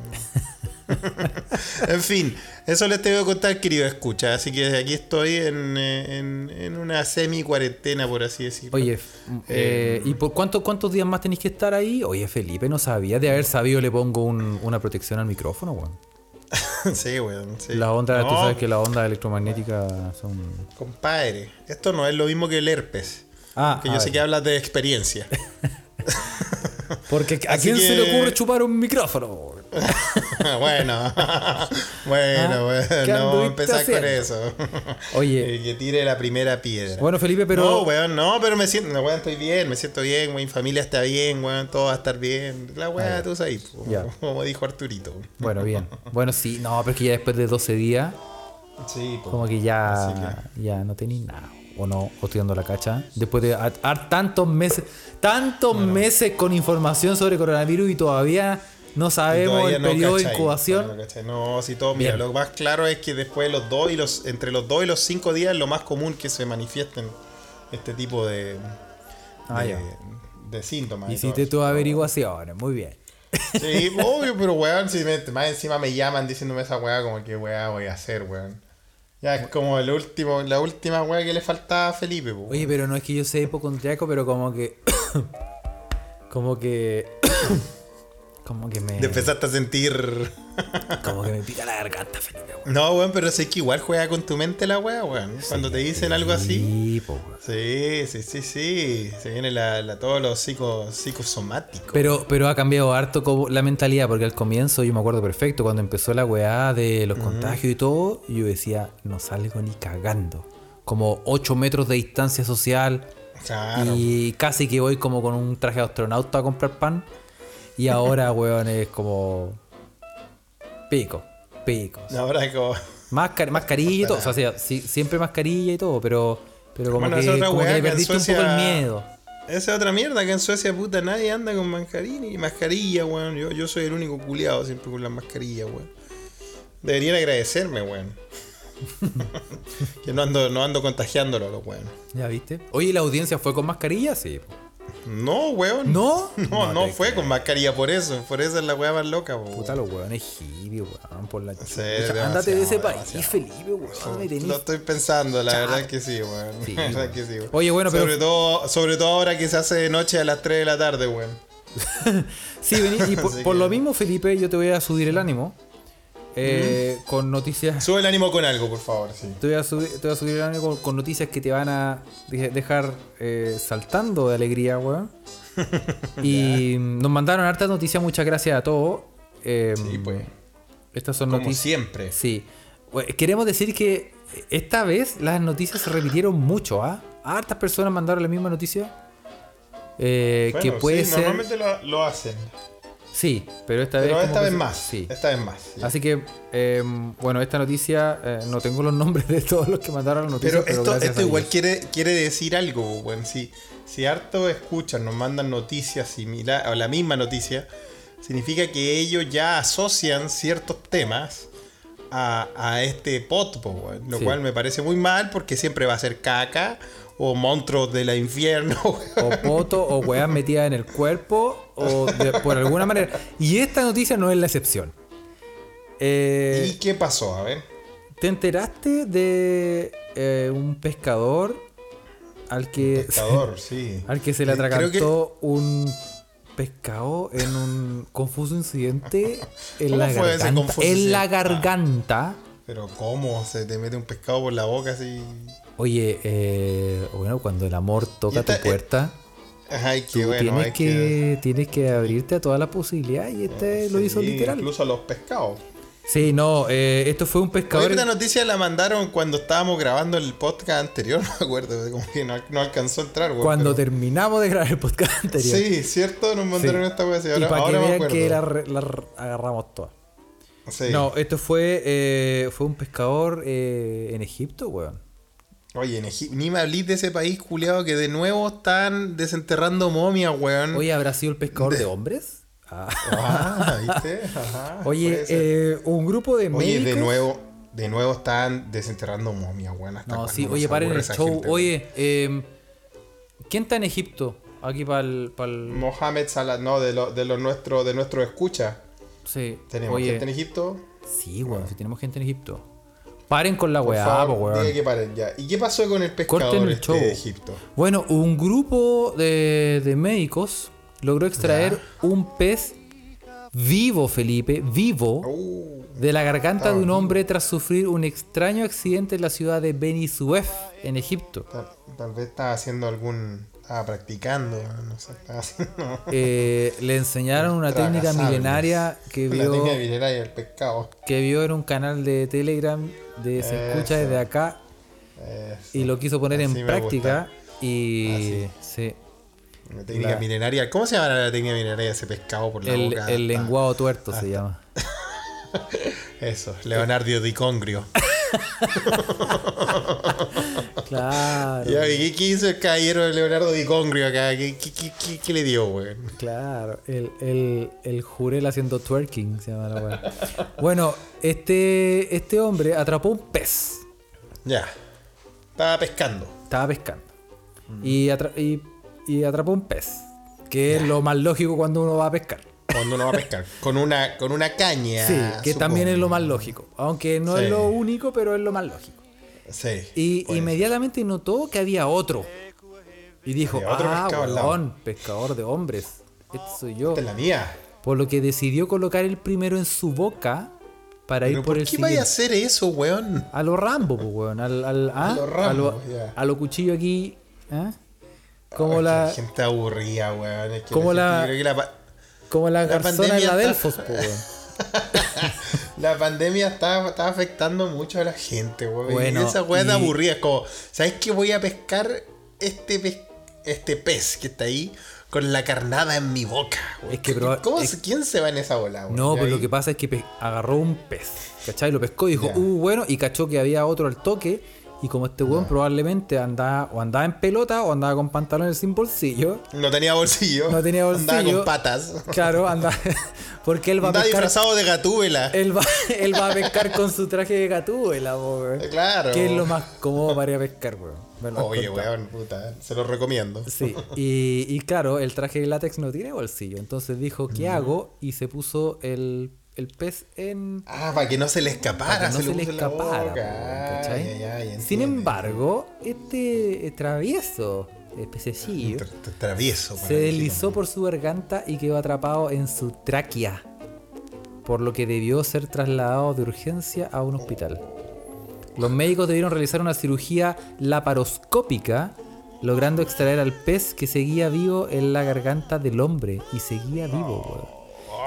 en fin, eso les te voy a contar, querido escucha. Así que aquí estoy en, eh, en- en una semi-cuarentena, por así decirlo. Oye, f- eh, ¿y por cuánto- cuántos días más tenéis que estar ahí? Oye, Felipe, no sabía. De haber sabido, le pongo un- una protección al micrófono, weón. sí, weón. sí. La onda, tú No, sabes que las ondas electromagnéticas son. Compadre, esto no es lo mismo que el herpes. Ah, que a yo sé ver. que hablas de experiencia. Porque ¿a Así quién se que- le ocurre chupar un micrófono? bueno, bueno, Ah, ¿qué bueno, no anduviste empezar con haciendo? eso. Oye. Eh, que tire la primera piedra. Bueno, Felipe, pero- No, weón, no, pero me siento, no, weón, estoy bien, me siento bien, weón, mi familia está bien, weón, todo va a estar bien. La weá, tú sabes, po, Ah, Ya. como dijo Arturito. Bueno, bien. Bueno, sí, no, pero es que ya después de 12 días, Sí, po. como que ya, ya no tenéis nada. O no, o estoy dando la cacha. Después de a- a- tantos meses, tantos meses con información sobre coronavirus y todavía no Y sabemos todavía el no periodo de cachai, incubación. todavía No, cachai. No, si todo, mira, Bien. lo más claro es que después de los dos y los, entre los dos y los cinco días es lo más común que se manifiesten este tipo de, Ah, de, ya. de síntomas. y todo Hiciste eso. tus averiguaciones, muy bien. Sí, obvio, pero weón, si me- más encima me llaman diciéndome esa weá, como que weá voy a hacer, weón. Ya es como el último, la última weá que le faltaba a Felipe, po, Oye, pero no es que yo sea hipocondriaco, pero como que. como que. como que me. Te empezaste a sentir. Como que me pica la garganta, Felipe. weón. No, weón, pero sé que igual juega con tu mente la weá, weón. Cuando te dicen algo así. Sí, po, weón. Sí, sí, sí, sí. Se viene la, la, todo lo psico, psicosomático. Pero, pero ha cambiado harto como la mentalidad, porque al comienzo yo me acuerdo perfecto, cuando empezó la weá de los contagios y todo, yo decía, no salgo ni cagando. Como 8 metros de distancia social Claro. y casi que voy como con un traje de astronauta a comprar pan. Y ahora, weón, es como... Pico, pico. Ahora como. Máscar- mascarilla y todo. O sea, sí, siempre mascarilla y todo, pero, pero como, Bueno, que, esa otra como que weá le que en perdiste un poco el Suecia- miedo. Esa es otra mierda que en Suecia, puta, nadie anda con mascarilla y mascarilla, weón. Yo, yo soy el único culiado siempre con la mascarilla, weón. Deberían agradecerme, weón. que no ando, no ando contagiándolo a los weón. ¿Ya viste? Oye, ¿la audiencia fue con mascarilla? Sí. po. No, weón. ¿No? No, no, te fue creo. con mascarilla por eso. Por eso es la weá más loca, weón. Puta los weones hippie, weón, por la chucha. demasiado, Ándate de ese demasiado. país, Felipe, weón. y tenés- Lo estoy pensando, la Chato. verdad que sí, weón. Sí, La verdad weón. que sí, weón. Oye, bueno, pero- Sobre todo, sobre todo ahora que se hace de noche a las 3 de la tarde, weón. Sí, vení, y por, Así por que- lo mismo, Felipe, yo te voy a subir el ánimo. eh, Con noticias. Sube el ánimo con algo, por favor, sí. Te voy a subir, te voy a subir el ánimo con, con noticias que te van a de- dejar eh, saltando de alegría, weón. y mm, nos mandaron hartas noticias, muchas gracias a todos. Eh, Sí, pues. Estas son Como noticias. siempre. Sí. Bueno, Queremos decir que esta vez las noticias se repitieron mucho, ¿ah? Hartas personas mandaron la misma noticia. Eh, Bueno, que puede sí, ser. Normalmente lo, lo hacen. Sí, pero esta vez. Pero como esta que vez se- más. Sí. Esta vez más. sí. Así que, eh, bueno, esta noticia, eh, no tengo los nombres de todos los que mandaron la noticia. Pero Pero, esto, gracias esto a igual ellos. quiere, quiere decir algo, weón. Si, si harto escuchan, nos mandan noticias similares, o la misma noticia, significa que ellos ya asocian ciertos temas a, a este pot, po, weón. Lo Sí. cual me parece muy mal porque siempre va a ser caca o monstruos del infierno, weón. O poto, o weas metidas en el cuerpo, o de- por alguna manera. Y esta noticia no es la excepción. Eh, ¿Y qué pasó? A ver. ¿Te enteraste de eh, un pescador al que, Pescador, sí. eh, al que se le Eh, creo atragantó que- un pescado en un confuso incidente en, ¿Cómo la fue ese garganta, confuso en la incidente? garganta? Pero ¿cómo se te mete un pescado por la boca así? Oye, eh, bueno, cuando el amor toca Y esta- tu puerta, Ay, tú qué bueno. tienes, hay que, tienes que abrirte a todas las posibilidades y este lo Eh, Sí, hizo literal. Incluso a los pescados. Sí, no, eh, esto fue un pescador. Oye, esta noticia la mandaron cuando estábamos grabando el podcast anterior, no me acuerdo, como que no, no alcanzó a entrar, güey. Cuando pero- terminamos de grabar el podcast anterior. Sí, ¿cierto? Nos mandaron Sí. esta weá así. y Ahora, para que ahora me vean acuerdo. que la, re- la re- agarramos todas. Sí. No, esto fue, eh, fue un pescador eh, en Egipto, weón. Oye, en Egip- ni me hablís de ese país, culiado, que de nuevo están desenterrando momias, weón. Oye, ¿habrá sido el pescador de hombres? Ah. Ah, ¿viste? Ajá, Oye, puede ser. eh, un grupo de Oye, de médicos- nuevo, de nuevo están desenterrando momias, weón. ¿Hasta No, cuándo sí, nos oye, paren aburre el esa show. gente, weón? oye, eh, ¿quién está en Egipto? Aquí para el. Mohamed Salah, no, de los de lo nuestro, de nuestro escucha. Sí, Tenemos oye. gente en Egipto. Sí, weón, si tenemos gente en Egipto. Paren con la Por weá, po, favor, weón. diga que paren ya. ¿Y qué pasó con el pescador Corten el este show. de Egipto? Bueno, un grupo de, de médicos logró extraer un pez vivo, Felipe, vivo, Uh, de la garganta estaba de un vivo. hombre tras sufrir un extraño accidente en la ciudad de Beni Suef, en Egipto. tal, tal vez estaba haciendo algún. Estaba practicando, no sé. Estaba haciendo. Eh, le enseñaron una técnica Tragasables. milenaria que La vio. técnica minera y el pescado. que vio en un canal de Telegram de se escucha Eso. desde acá Eso. y lo quiso poner Así me en práctica y Así. sí, La técnica La- milenaria. ¿Cómo se llama la técnica milenaria ese pescado por la el, boca? el Está- lenguado tuerto se llama. Eso, Leonardo Di Congrio. Claro, Ya, ¿y ¿Qué, qué hizo el caballero de Leonardo Di Congrio acá? ¿Qué, qué, qué, qué- qué le dio, weón? claro, el, el, el jurel haciendo twerking se llama la weá. Bueno, este, este hombre atrapó un pez, Ya. Estaba pescando. estaba pescando y, Mm. atra- y, y atrapó un pez, que es lo más lógico cuando uno va a pescar. Cuando uno va a pescar. con una, con una caña. Sí, que también es lo supongo. más lógico. Aunque no Sí. es lo único, pero es lo más lógico. Sí. Pues, Y puede inmediatamente notó que había otro. Y dijo, Había otro ah, pescado al lado". weón, pescador de hombres. Este soy yo. ser. Esta es la mía. Por lo que decidió colocar el primero en su boca para ir Pero por, ¿por el qué vaya a siguiente. hacer eso, weón? A lo Rambo, pues, weón. Al, al- ¿ah? lo a, Rambo, lo, ya. a lo cuchillo aquí. ¿ah? Como Ay, la, que gente aburrida, weón. Es que Como la- gente- yo creo que la, como la, la garzona en pandemia la está- Delfos, pues, weón. la pandemia está, está afectando mucho a la gente, weón. Bueno, y esa weón y- es aburrida. Es como, ¿sabes qué? Voy a pescar este pez, este pez que está ahí con la carnada en mi boca, weón. Es que proba- ¿Cómo es- se- ¿Quién se va en esa bola, weón? No, Ya pues lo ahí- que pasa es que pe- agarró un pez, ¿cachai? Lo pescó y dijo, Ya. uh, bueno, y cachó que había otro al toque Y como este weón probablemente andaba o andaba en pelota o andaba con pantalones sin bolsillo. No tenía bolsillo. No tenía bolsillo. Andaba con patas. Claro, andaba. Porque él va a Andaba pescar. disfrazado de gatúbela. Él va, él va a pescar con su traje de gatúbela, po, weón. Eh, Claro. Que es lo más cómodo para ir a pescar, weón. Me lo han Oye, contado. weón, puta. Se lo recomiendo. Sí, y, y claro, el traje de látex no tiene bolsillo. Entonces dijo, ¿qué Mm. hago? Y se puso el, el pez en. Ah, para que no se le para escapara. que no se, lo le puso en la escapara. boca. po, ¿cachai? Ay, ay, ay, Sin entiendo. embargo, este eh, travieso eh, pececillo Tra- tra- Travieso. para se mí, deslizó por su garganta y quedó atrapado en su tráquea. Por lo que debió ser trasladado de urgencia a un hospital. Los médicos debieron realizar una cirugía laparoscópica, logrando extraer al pez que seguía vivo en la garganta del hombre. Y seguía vivo, weón.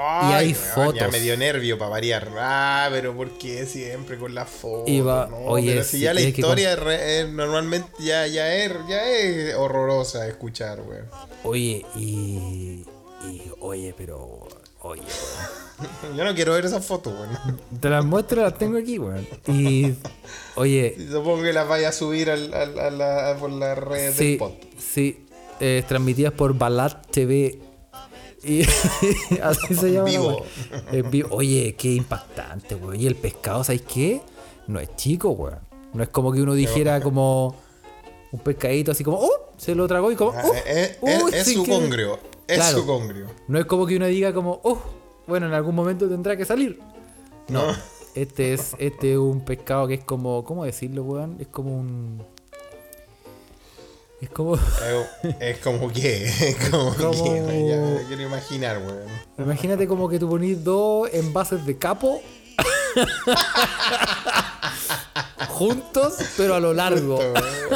Ay, Y hay weón, Ya fotos. me dio nervio para variar. Ah, pero ¿por qué siempre con la foto? Y va- No, oye, pero si sí, ya la tiene que historia es re- es normalmente ya, ya, es, ya es horrorosa de escuchar, weón. Oye, y. y- oye, pero. Oye, weón. Yo no quiero ver esa foto, weón. Te las muestro, las tengo aquí, weón. Y. Oye, Supongo que las vaya a subir al, al- a la- a por la red eh, del Sí, pod. sí. eh, transmitidas por Balat TV. Y así se llama. la Vivo. wea. En vivo. Oye, qué impactante, weón. Y el pescado, ¿sabes qué? No es chico, weón. No es como que uno dijera como un pescadito así como, ¡oh! Se lo tragó y como, Ah, ¡oh! eh, eh, ¡Uy, es- es sin su querer! congrio. Es Claro. su congrio. No es como que uno diga como, ¡oh! Bueno, en algún momento tendrá que salir. No. Este es este es un pescado que es como, ¿cómo decirlo, weón? Es como un. Es como. Es, es como que. Es como, Como- que. weón, Ya me quiero imaginar, weón. Imagínate como que tú ponís dos envases de capo juntos, pero a lo largo.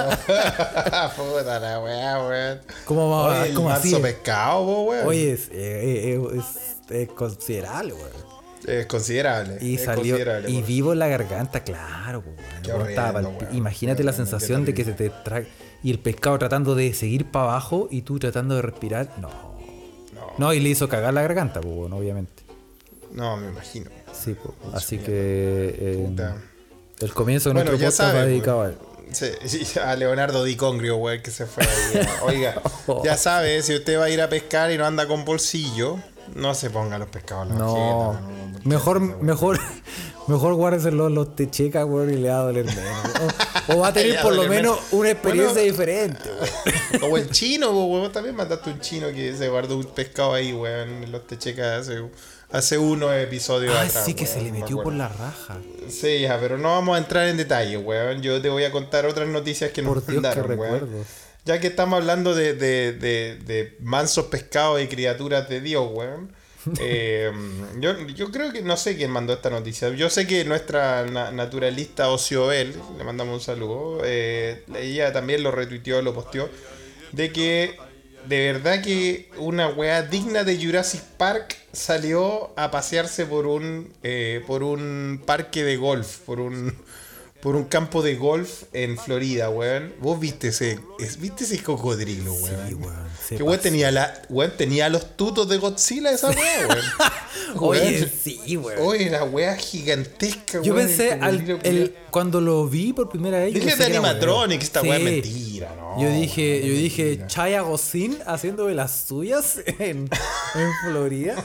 Puta la weá, weón. Como, va- Oye, el como así. manso es. pescado, po, weón. Oye, es, eh, eh, es- es considerable, weón. Es considerable. Y es salió considerable, y weón. vivo en la garganta, claro, po, weón. Qué Weón, estaba horrendo, palpi- weón. Imagínate la Qué horrendo, sensación de qué que se te tra- y el pescado tratando de seguir para abajo y tú tratando de respirar. No. No, y le hizo cagar la garganta, po, weón, obviamente. No, me imagino. Sí, po. así que eh, Puta. el comienzo de Bueno, nuestro ya podcast va saben. dedicado a él. weón. Sí, sí, a Leonardo DiCongrio, weón, que se fue. ahí, weón. Oiga, ya sabe, si usted va a ir a pescar y no anda con bolsillo, no se ponga los pescados en la No, ojeta, weón, porque mejor, esa weá- mejor, mejor guárdeselo a los techecas, weón, y le va a doler menos. O, o va a Le tener va por a lo doler menos menos. una experiencia Bueno. diferente, weón. O el chino, po, weón. Vos También mandaste un chino que se guardó un pescado ahí, weón. en Los techecas hace, hace unos episodios Ah, atrás. sí que se weón, le no me metió por acuerdo. la raja. Sí, hija, pero no vamos a entrar en detalle, weón. Yo te voy a contar otras noticias que nos Por Dios, que mandaron, weón. recuerdo. Pues, Ya que estamos hablando de, de, de, de mansos pescados y criaturas de Dios, weón. eh, yo, yo creo que no sé quién mandó esta noticia. Yo sé que nuestra na- naturalista Ocioel, le mandamos un saludo, eh, ella también lo retuiteó, lo posteó, de que de verdad que una weá digna de Jurassic Park salió a pasearse por un, eh, por un parque de golf, por un, por un campo de golf en Florida, weón. Vos viste ese, es- viste ese cocodrilo, weón. Sí, weón, se que weón pasó. tenía, la, weón tenía los tutos de Godzilla esa weá, weón. Oye, Weón. sí, weón. Oye, la weá gigantesca, Yo weón, pensé, el al, cocodrilo, el- culiao. cuando lo vi por primera vez. yo Dije pensé de que era animatronic, weón. esta weá es Sí. mentira, ¿no? Yo dije, weón, yo dije, mentira. Chaya Gossin haciendo de las suyas en, en Florida.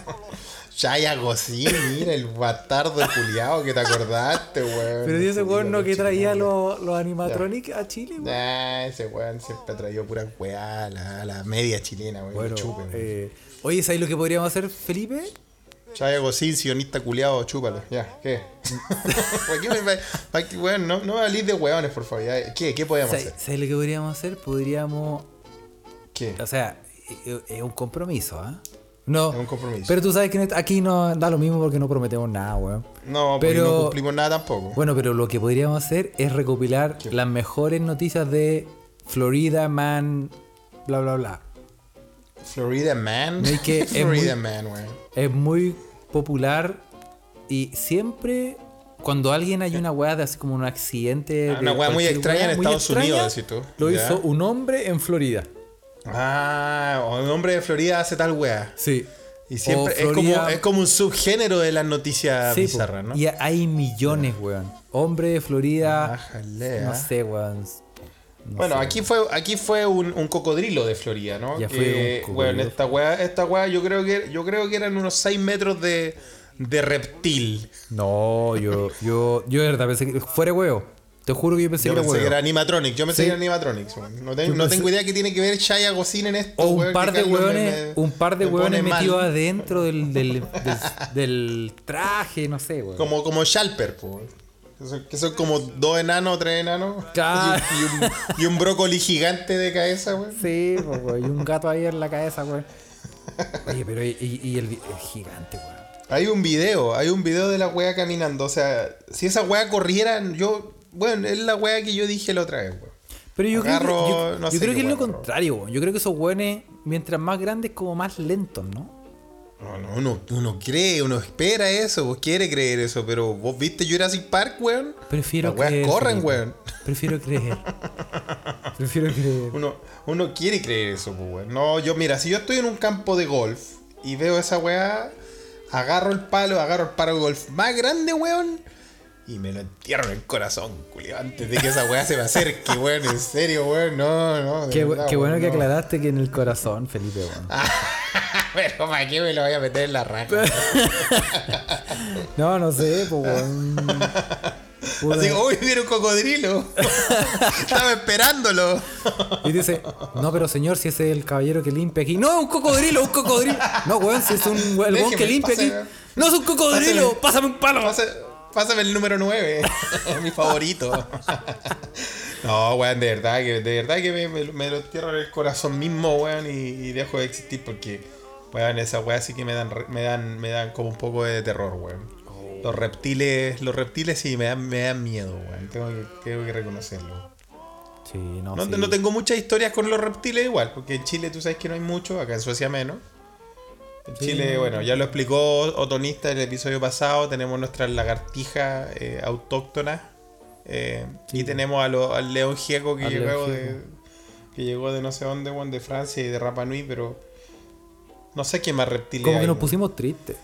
Chaya Gosín, mira el batardo culiao que te acordaste, weón. Pero si ese Culiao, weón no que chino, traía weón. los los animatronic a Chile, weón. Nah, ese weón siempre ha traído pura weá, la, la media chilena, weón. Bueno, chupe, weón. eh, oye, ¿sabes lo que podríamos hacer, Felipe? Chaya Gosín, sionista culiado, chúpalo. Ya, ¿qué? ¿Para qué me- pa- pa- qué, weón, no, no me hablís de weones, por favor. ya. ¿Qué? ¿Qué podíamos ¿Sabes hacer? sabes lo que podríamos hacer? Podríamos. ¿Qué? O sea, eh, eh, es un compromiso, ¿ah? No. Es un compromiso. Pero tú sabes que en este- aquí no da lo mismo porque no prometemos nada, weón. No, porque pero- no cumplimos nada tampoco. Bueno, pero lo que podríamos hacer es recopilar las mejores noticias de Florida Man, bla, bla, bla. Florida Man. No, y que es Florida muy- Man, weón. Es muy popular y siempre cuando alguien hay una weá de así como un accidente. Ah, de una weá muy cualquier extraña en muy Estados Unidos, decís tú. Lo Ya. hizo un hombre en Florida. Ah, un hombre de Florida hace tal weá. Sí. Y siempre es, Florida- como, es como un subgénero de las noticias Sí, po. bizarras, ¿no? Y hay millones, weón. Hombre de Florida. Bájale, no ah. sé, weón. No Bueno, sé. aquí fue, aquí fue un, un cocodrilo de Florida, ¿no? Ya fue Que, un bueno, cocodrilo. esta weá, esta weá yo creo que yo creo que eran unos 6 metros de, de reptil. No, yo, yo, yo de verdad pensé que fuera huevo. Te juro que yo pensé Yo que era pensé que huevo. era animatronics, yo pensé Sí. que era animatronics, weón. no, te- Yo no pensé- tengo idea que tiene que ver Shaya Gozin en esto. O un weón, par, que de Carlos me- hueones, me- un par de me hueones pone mal. metidos adentro del, del, del- del traje, no sé, weón. Como, como Shalper, po, weón. Que son- Que son como dos enanos, tres enanos. Claro. Y, un, y un- y un brócoli gigante de cabeza, weón. Sí, po, weón, y un gato ahí en la cabeza, weón. Oye, pero y, y- y el, vi- el gigante, weón. Hay un video, hay un video de la wea caminando. O sea, si esa wea corriera, yo. Bueno, es la wea que yo dije la otra vez, weón. Pero yo creo Agarro- que, yo- no yo sé creo qué que es lo weón agarro. contrario, weón. Yo creo que esos hueones, mientras más grandes, como más lentos, ¿no? No, no, uno, uno cree, uno espera eso, vos quiere creer eso, pero vos viste Jurassic Park, weón. Prefiero Las weas creer, corren, Felipe. weón. Prefiero creer. Prefiero creer. Uno, uno quiere creer eso, pues, weón. No, yo, mira, si yo estoy en un campo de golf y veo esa weá, agarro el palo, agarro el palo de golf más grande, weón, y me lo entierro en el corazón, culiao, antes de que esa weá se me acerque, weón. En serio, weón, no, no. de Qué, bu- verdad, qué bueno weón, que no. aclaraste que en el corazón, Felipe, weón. Pero, ¿para qué me lo voy a meter en la raja? No, no sé, pues, weón. Puta. Así que, uy, viene un cocodrilo. Estaba esperándolo. Y dice, no, pero señor, si ese es el caballero que limpia aquí. No, un cocodrilo, un cocodrilo. No, weón, si es un weón el weón que Déjeme, limpia aquí. pásame. No, es un cocodrilo, Pásame. pásame un palo. Pasa- Pásame el número 9, mi favorito. no, weón, de verdad que, de verdad que me, me- me lo entierro en el corazón mismo, weón, y, y dejo de existir porque, weón, esas weas sí que me dan, re- me dan, me dan como un poco de terror, weón. Los reptiles, los reptiles sí me dan, me dan miedo, weón. Tengo que, tengo que reconocerlo. Sí, no, No, Ah, sí. no tengo muchas historias con los reptiles igual, porque en Chile tú sabes que no hay mucho, acá en Suecia menos. En Sí, Chile, no, bueno, ya lo explicó Otonista en el episodio pasado, tenemos nuestras lagartijas eh, autóctonas eh, y tenemos a lo- al león gieco que Al llegó león de gieco. que llegó de no sé dónde, weón, de Francia y de Rapa Nui, pero no sé qué más reptiles Como hay, que nos weón. pusimos tristes.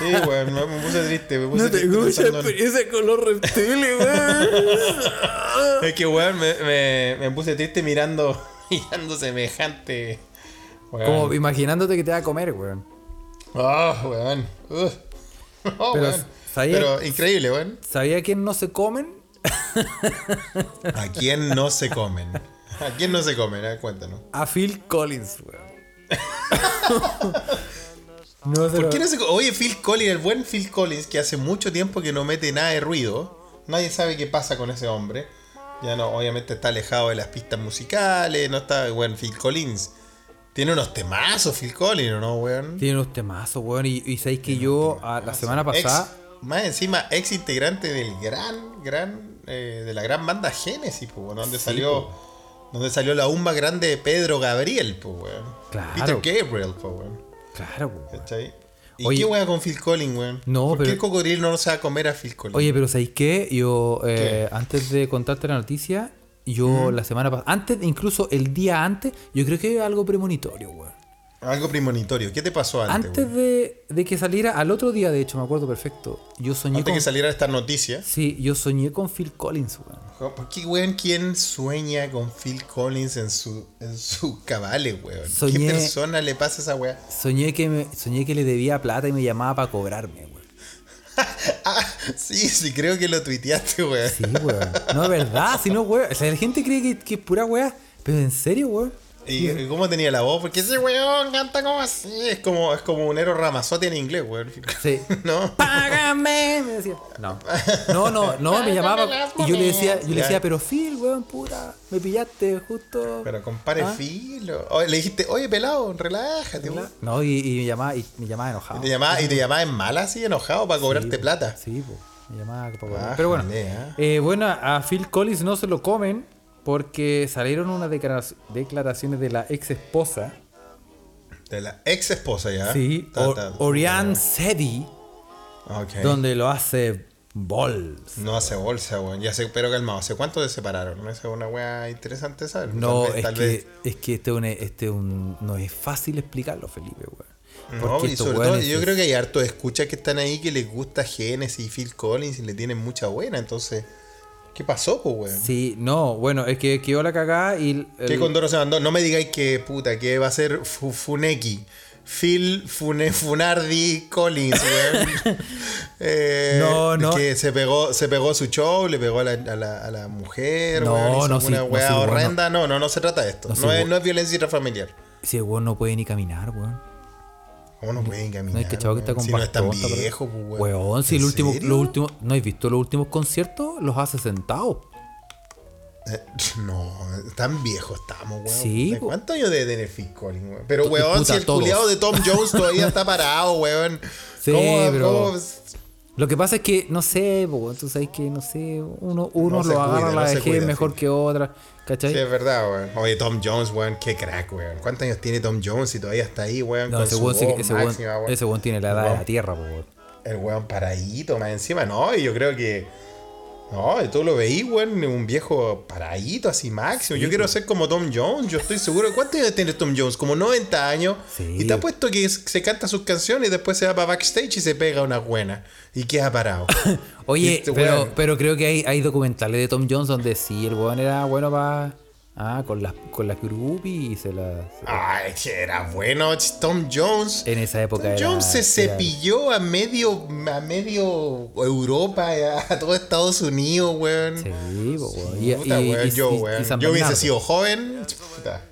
Sí, weón, me, me puse triste, me puse triste pensando en- con los reptiles, weón. Es que, weón, me, me- me puse triste mirando, mirando semejante. weón. Como imaginándote que te va a comer, weón. Ah, weón. Ugh. No, Pero, weón. ¿sabía- Pero increíble, weón. ¿Sabía quién no se comen? ¿A quién no se comen? ¿A quién no se comen? A ver, cuéntanos. A Phil Collins, weón. no se ¿Por lo- qué no se co- Oye, Phil Collins, el buen Phil Collins, que hace mucho tiempo que no mete nada de ruido. Nadie sabe qué pasa con ese hombre. Ya no, obviamente está alejado de las pistas musicales, no está. Bueno, Phil Collins. Tiene unos temazos, Phil Collins, ¿o no, weón? Tiene unos temazos, weón. Y, y sabéis que yo a- la semana Ex- pasada. más encima, ex integrante del gran, gran, eh, de la gran banda Génesis, po, weón, donde salió, donde salió la umba grande de Pedro Gabriel, po, weón. Claro. Peter Gabriel, po, weón. Claro, weón. ¿Cachai? ¿Y Oye. qué wea con Phil Collins, weón? No, ¿Por pero- qué el cocodrilo no se va a comer a Phil Collins? Oye, pero ¿sabéis qué? Yo, eh, antes de contarte la noticia, yo la semana pasada, antes, incluso el día antes, yo creo que era algo premonitorio, weón. Algo premonitorio. ¿Qué te pasó antes, Antes weón? de, de que saliera, al otro día, de hecho, me acuerdo perfecto, yo soñé Antes con. que saliera esta noticia. Sí, yo soñé con Phil Collins, weón. ¿Por qué, weón, quién sueña con Phil Collins en su, en su cabale, weón? ¿Qué Soñé- persona le pasa esa wea? Soñé que, me, soñé que le debía plata y me llamaba para cobrarme, weón. Ah, sí, sí, creo que lo tuiteaste, weón. Sí, weón. No, es verdad, si no, weón. O sea, la gente cree que, que es pura weá, pero en serio, weón. ¿Y y cómo tenía la voz? Porque ese weón canta como así. Es como, es como un héroe ramazote en inglés, weón. Sí. ¿No? ¡Págame! Me decía. No. No, no, no, me llamaba. Y yo le decía, yo le Ya. decía, pero Phil, weón, puta, me pillaste justo. Pero compare Ah. filo. Oye, le dijiste, oye, pelado, relájate, weón. No, y, y me llamaba, y me llamaba enojado. Y te llamaba, y te llamaba en mala así, enojado, para cobrarte po. plata. Sí, po. Me llamaba para Ah, cobrar. Pero bueno. jale, ah. eh, bueno, a Phil Collins no se lo comen porque salieron unas declara- declaraciones de la ex esposa. De la ex esposa ya. Sí, Ta, Or- ta. Oriane Sedi, Ok. donde lo hace Balls. No hace bolsa, weón. Ya sé, pero calmado. ¿Hace cuánto se separaron? Esa es una weá interesante, ¿sabes? No, Tal vez- es tal que, vez- es que este, un, este un, no es fácil explicarlo, Felipe, weón. No, Porque y estos sobre todo, weones yo es- creo que hay harto escuchas que están ahí que les gusta Genesis y Phil Collins y le tienen mucha buena. Entonces, ¿qué pasó, pues, weón? Sí, no, bueno, es que quedó la cagada y. el- ¿Qué Condoro se mandó? No me digáis que puta, que va a ser Fu- Funeki. Phil Fune- Funardi Collins, weón. Eh, No, no. Que se pegó, se pegó su show, le pegó a la, a la- a la mujer, No, weón, hizo no, sí, una no, weá sí, bueno. horrenda. No, no, no se trata de esto. No, No, sí, es, bueno. no es violencia intrafamiliar. Si el weón no puede ni caminar, weón. ¿Cómo no pueden caminar? No hay que chavo que está weón? con Si no es tan bastón, está- viejo, pues, weón. Weón, si ¿En el último, serio? los últimos, ¿no has visto los últimos conciertos? Los hace sentado. Eh, No, tan viejo estamos, weón. Sí, ¿De po. ¿Cuántos años debe tener Phil Collins, weón? Pero, Tu- tu weón, puta, si el todos. culiado de Tom Jones todavía está parado, weón. Sí, pero- cómo- Lo que pasa es que, no sé, po, weón, tú sabes que, no sé, uno, uno se lo cuida, agarra no la se vejez cuida, mejor sí. que otra, ¿cachai? Sí, es verdad, weón. Oye, Tom Jones, weón, qué crack, weón. ¿Cuántos años tiene Tom Jones y todavía está ahí, weón? no, con ese su weón, sí que- voz ese weón- máxima, weón. ese weón tiene la edad de la tierra, po, weón. El weón paradito más encima, ¿no? Y yo creo que. No, tú lo veí, weón, un viejo paradito así máximo. yo quiero ser como Tom Jones, yo estoy seguro. ¿Cuántos años tiene Tom Jones? Como 90 años. Sí. Y te apuesto que es- se canta sus canciones y después se va para backstage y se pega una buena. Y queda parado. Y Oye, este pero, weón- pero creo que hay, hay documentales de Tom Jones donde sí, el weón era bueno para... Ah, con las, con las groupies y se las... Ay, que era bueno, ch- Tom Jones. En esa época Tom era- Jones se era- cepilló a medio, a medio Europa, a todo Estados Unidos, weón. Sí, po, weón. Y- Puta, y- weón, y- yo, y- y weón. San yo hubiese Bernardo. sido joven. puta,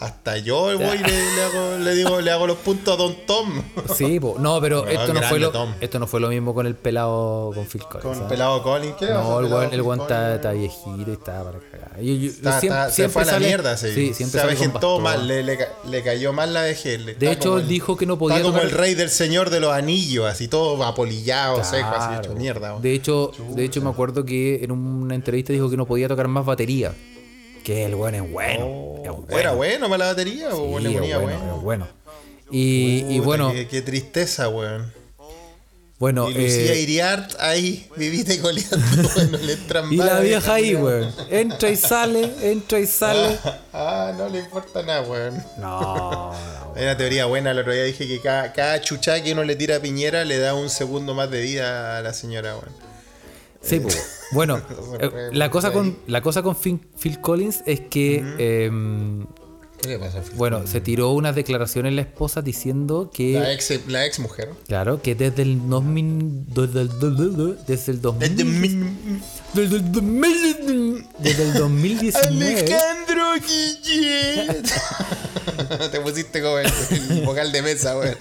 Hasta yo voy y le, le hago, le digo, le hago los puntos a Don Tom. Sí, po. no, pero Weón, esto, no grande, fue lo, Tom. esto no fue lo mismo con el pelado con Phil Collins. Con ¿sabes? pelado Collins. ¿Qué le pasa No, al el pelado weón el weón Collins, está, weón? está viejito y está para cagar. Yo- yo- Está- siempre- está- se siempre fue a la sale- mierda, sí. Sí, siempre se sale con avejentó bastón. mal, le, le ca- le cayó mal la vejez. le- De está hecho, como el- dijo que no podía Está como tocar- el rey del señor de los anillos, así todo apolillado, seco, así hecho Claro. mierda. weón. De hecho, de hecho me acuerdo que en una entrevista dijo que no podía tocar más batería. Que el weón es bueno. es bueno. Oh, Era bueno para la batería, Sí, o le es ponía bueno, bueno. es bueno. Y, y Puta, bueno, Qué, qué tristeza, weón. bueno, y Lucía eh, Iriart ahí, viviste coleando, weón, no le entran y la balas, vieja ahí, culiao. weón. Entra y sale, entra y sale. Ah, no le importa nada, weón. No, Hay una teoría buena, el otro día dije que cada, cada chuchá que uno le tira a Piñera le da un segundo más de vida a la señora, weón. Sí, po. bueno, eh, la cosa con la cosa con Fin- Phil Collins es que em, ¿Qué le pasa a Phil? bueno, se tiró unas declaraciones la esposa diciendo La que ex, la ex mujer. claro, que desde el 2000 desde el desde el 2000 desde el 2000 desde el 2019 Alejandro Guillet. Te pusiste como el, el vocal de mesa, weón.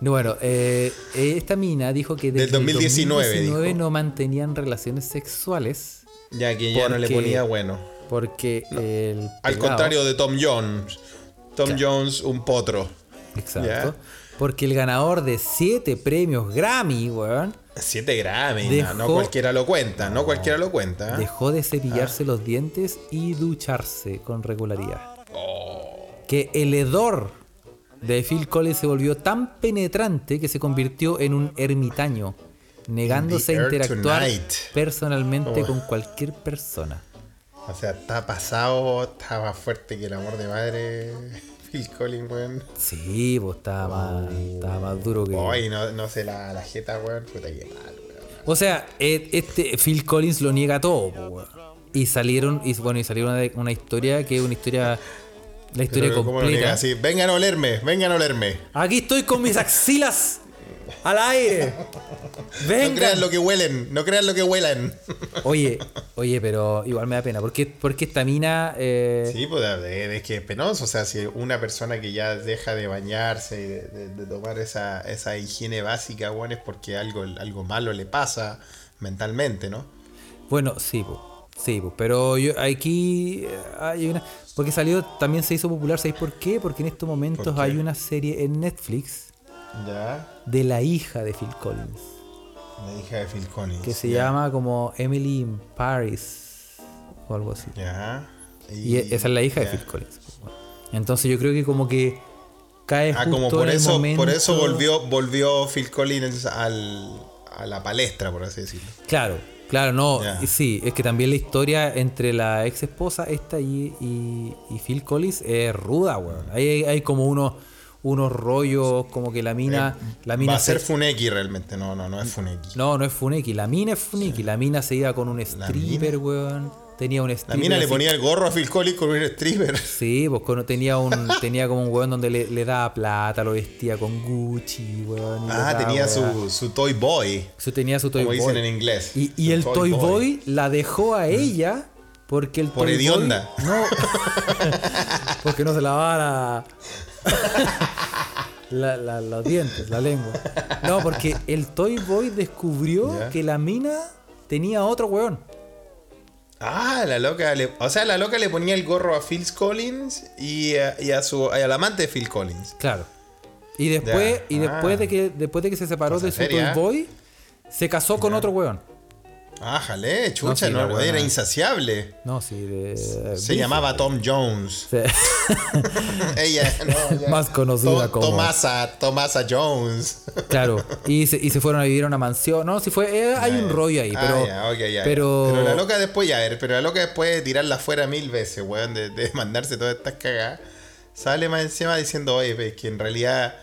No, bueno, eh, esta mina dijo que desde Del 2019 el 2019 dijo. no mantenían relaciones sexuales Ya que ya no le Porque- ponía bueno. porque el Al pelado- contrario de Tom Jones. Tom Jones, un potro. Exacto. Ya. Porque el ganador de siete premios Grammy, weón, Siete Grammy, Dejó- no, no cualquiera lo cuenta, no, cualquiera lo cuenta. ¿eh? dejó de cepillarse los dientes y ducharse con regularidad. Oh. Que el hedor de Phil Collins se volvió tan penetrante que se convirtió en un ermitaño, negándose a In the air interactuar tonight. personalmente Oh. con cualquier persona. O sea, está pasado, está más fuerte que el amor de madre. Phil Collins, weón. Sí, pues estaba más, estaba más duro que... Oh. Ay, no, no se la, la jeta, weón. Puta que mal, weón. O sea, eh, este Phil Collins lo niega todo, po, weón. Y salieron, y bueno, y salió una, de- una historia que es una historia. La historia Pero ¿cómo lo niega? Así, completa. vengan a olerme, vengan a olerme. Aquí estoy con mis axilas al aire. No crean Vengan. lo que huelen, no crean lo que huelen. Oye, oye, pero igual me da pena. Porque, porque esta mina. eh, Sí, pues eh, es que es penoso. O sea, si una persona que ya deja de bañarse y de, de- de tomar esa, esa higiene básica, bueno, es porque algo, algo malo le pasa mentalmente, ¿no? Bueno, sí, po. Sí, po. pero yo aquí eh, hay una. Porque salió, también se hizo popular, ¿sabéis por qué? Porque en estos momentos qué? hay una serie en Netflix Ya, de la hija de Phil Collins. la hija de Phil Collins. que se llama como Emily in Paris o algo así. Ya. Y e- esa es la hija de ya. Phil Collins. Entonces yo creo que como que cae Ah, justo como por en el eso, por momento- eso volvió, volvió Phil Collins al, a la palestra, por así decirlo. Claro, claro, no, Ya. y sí, es que también la historia entre la ex esposa esta y, y- y Phil Collins es ruda, weón. Ahí hay, hay como uno, unos rollos, como que la mina. la mina Eh, Va a se- ser Funeki realmente. No, no, no es Funeki. No, no es Funeki, la mina es Funeki. La mina se iba con un stripper, mina. weón. Tenía un stripper. La mina le así- ponía el gorro a Phil Collins con un stripper. Sí, pues con- tenía un tenía como un weón donde le, le daba plata, lo vestía con Gucci, weón. y le Ah, daba, tenía weá. su, su Toy Boy. Su- tenía su Toy Como Boy. dicen en inglés. Y, y Su el Toy Toy Boy. Mm. Boy. la dejó a ella porque el Por Toy hedionda. Boy. No. porque no se lavaba la, la- la- los dientes, la lengua. No, porque el Toy Boy descubrió Ya. que la mina tenía otro weón. Ah, la loca le, o sea, la loca le ponía el gorro a Phil Collins y a, y a su al amante de Phil Collins. Claro. Y después, Ya. y después Ah. de que después de que se separó Cosa de su seria. Toy Boy, se casó con otro weón. Ah, jale, No, chucha, sí, no, la buena. era insaciable. No, sí, de. Se Biff. llamaba Tom Jones. Sí. Ella, no, ya. Más conocida como- Tomasa, Tomasa Jones. Claro, y se, y se fueron a vivir a una mansión. No, si fue. eh, hay un rollo ahí, Ah, pero. ya, ok, ya, ya. pero, Pero la loca después, ya, a ver, pero la loca después de tirarla afuera mil veces, weón, de, de mandarse todas estas cagadas, sale más encima diciendo, oye, pues, que en realidad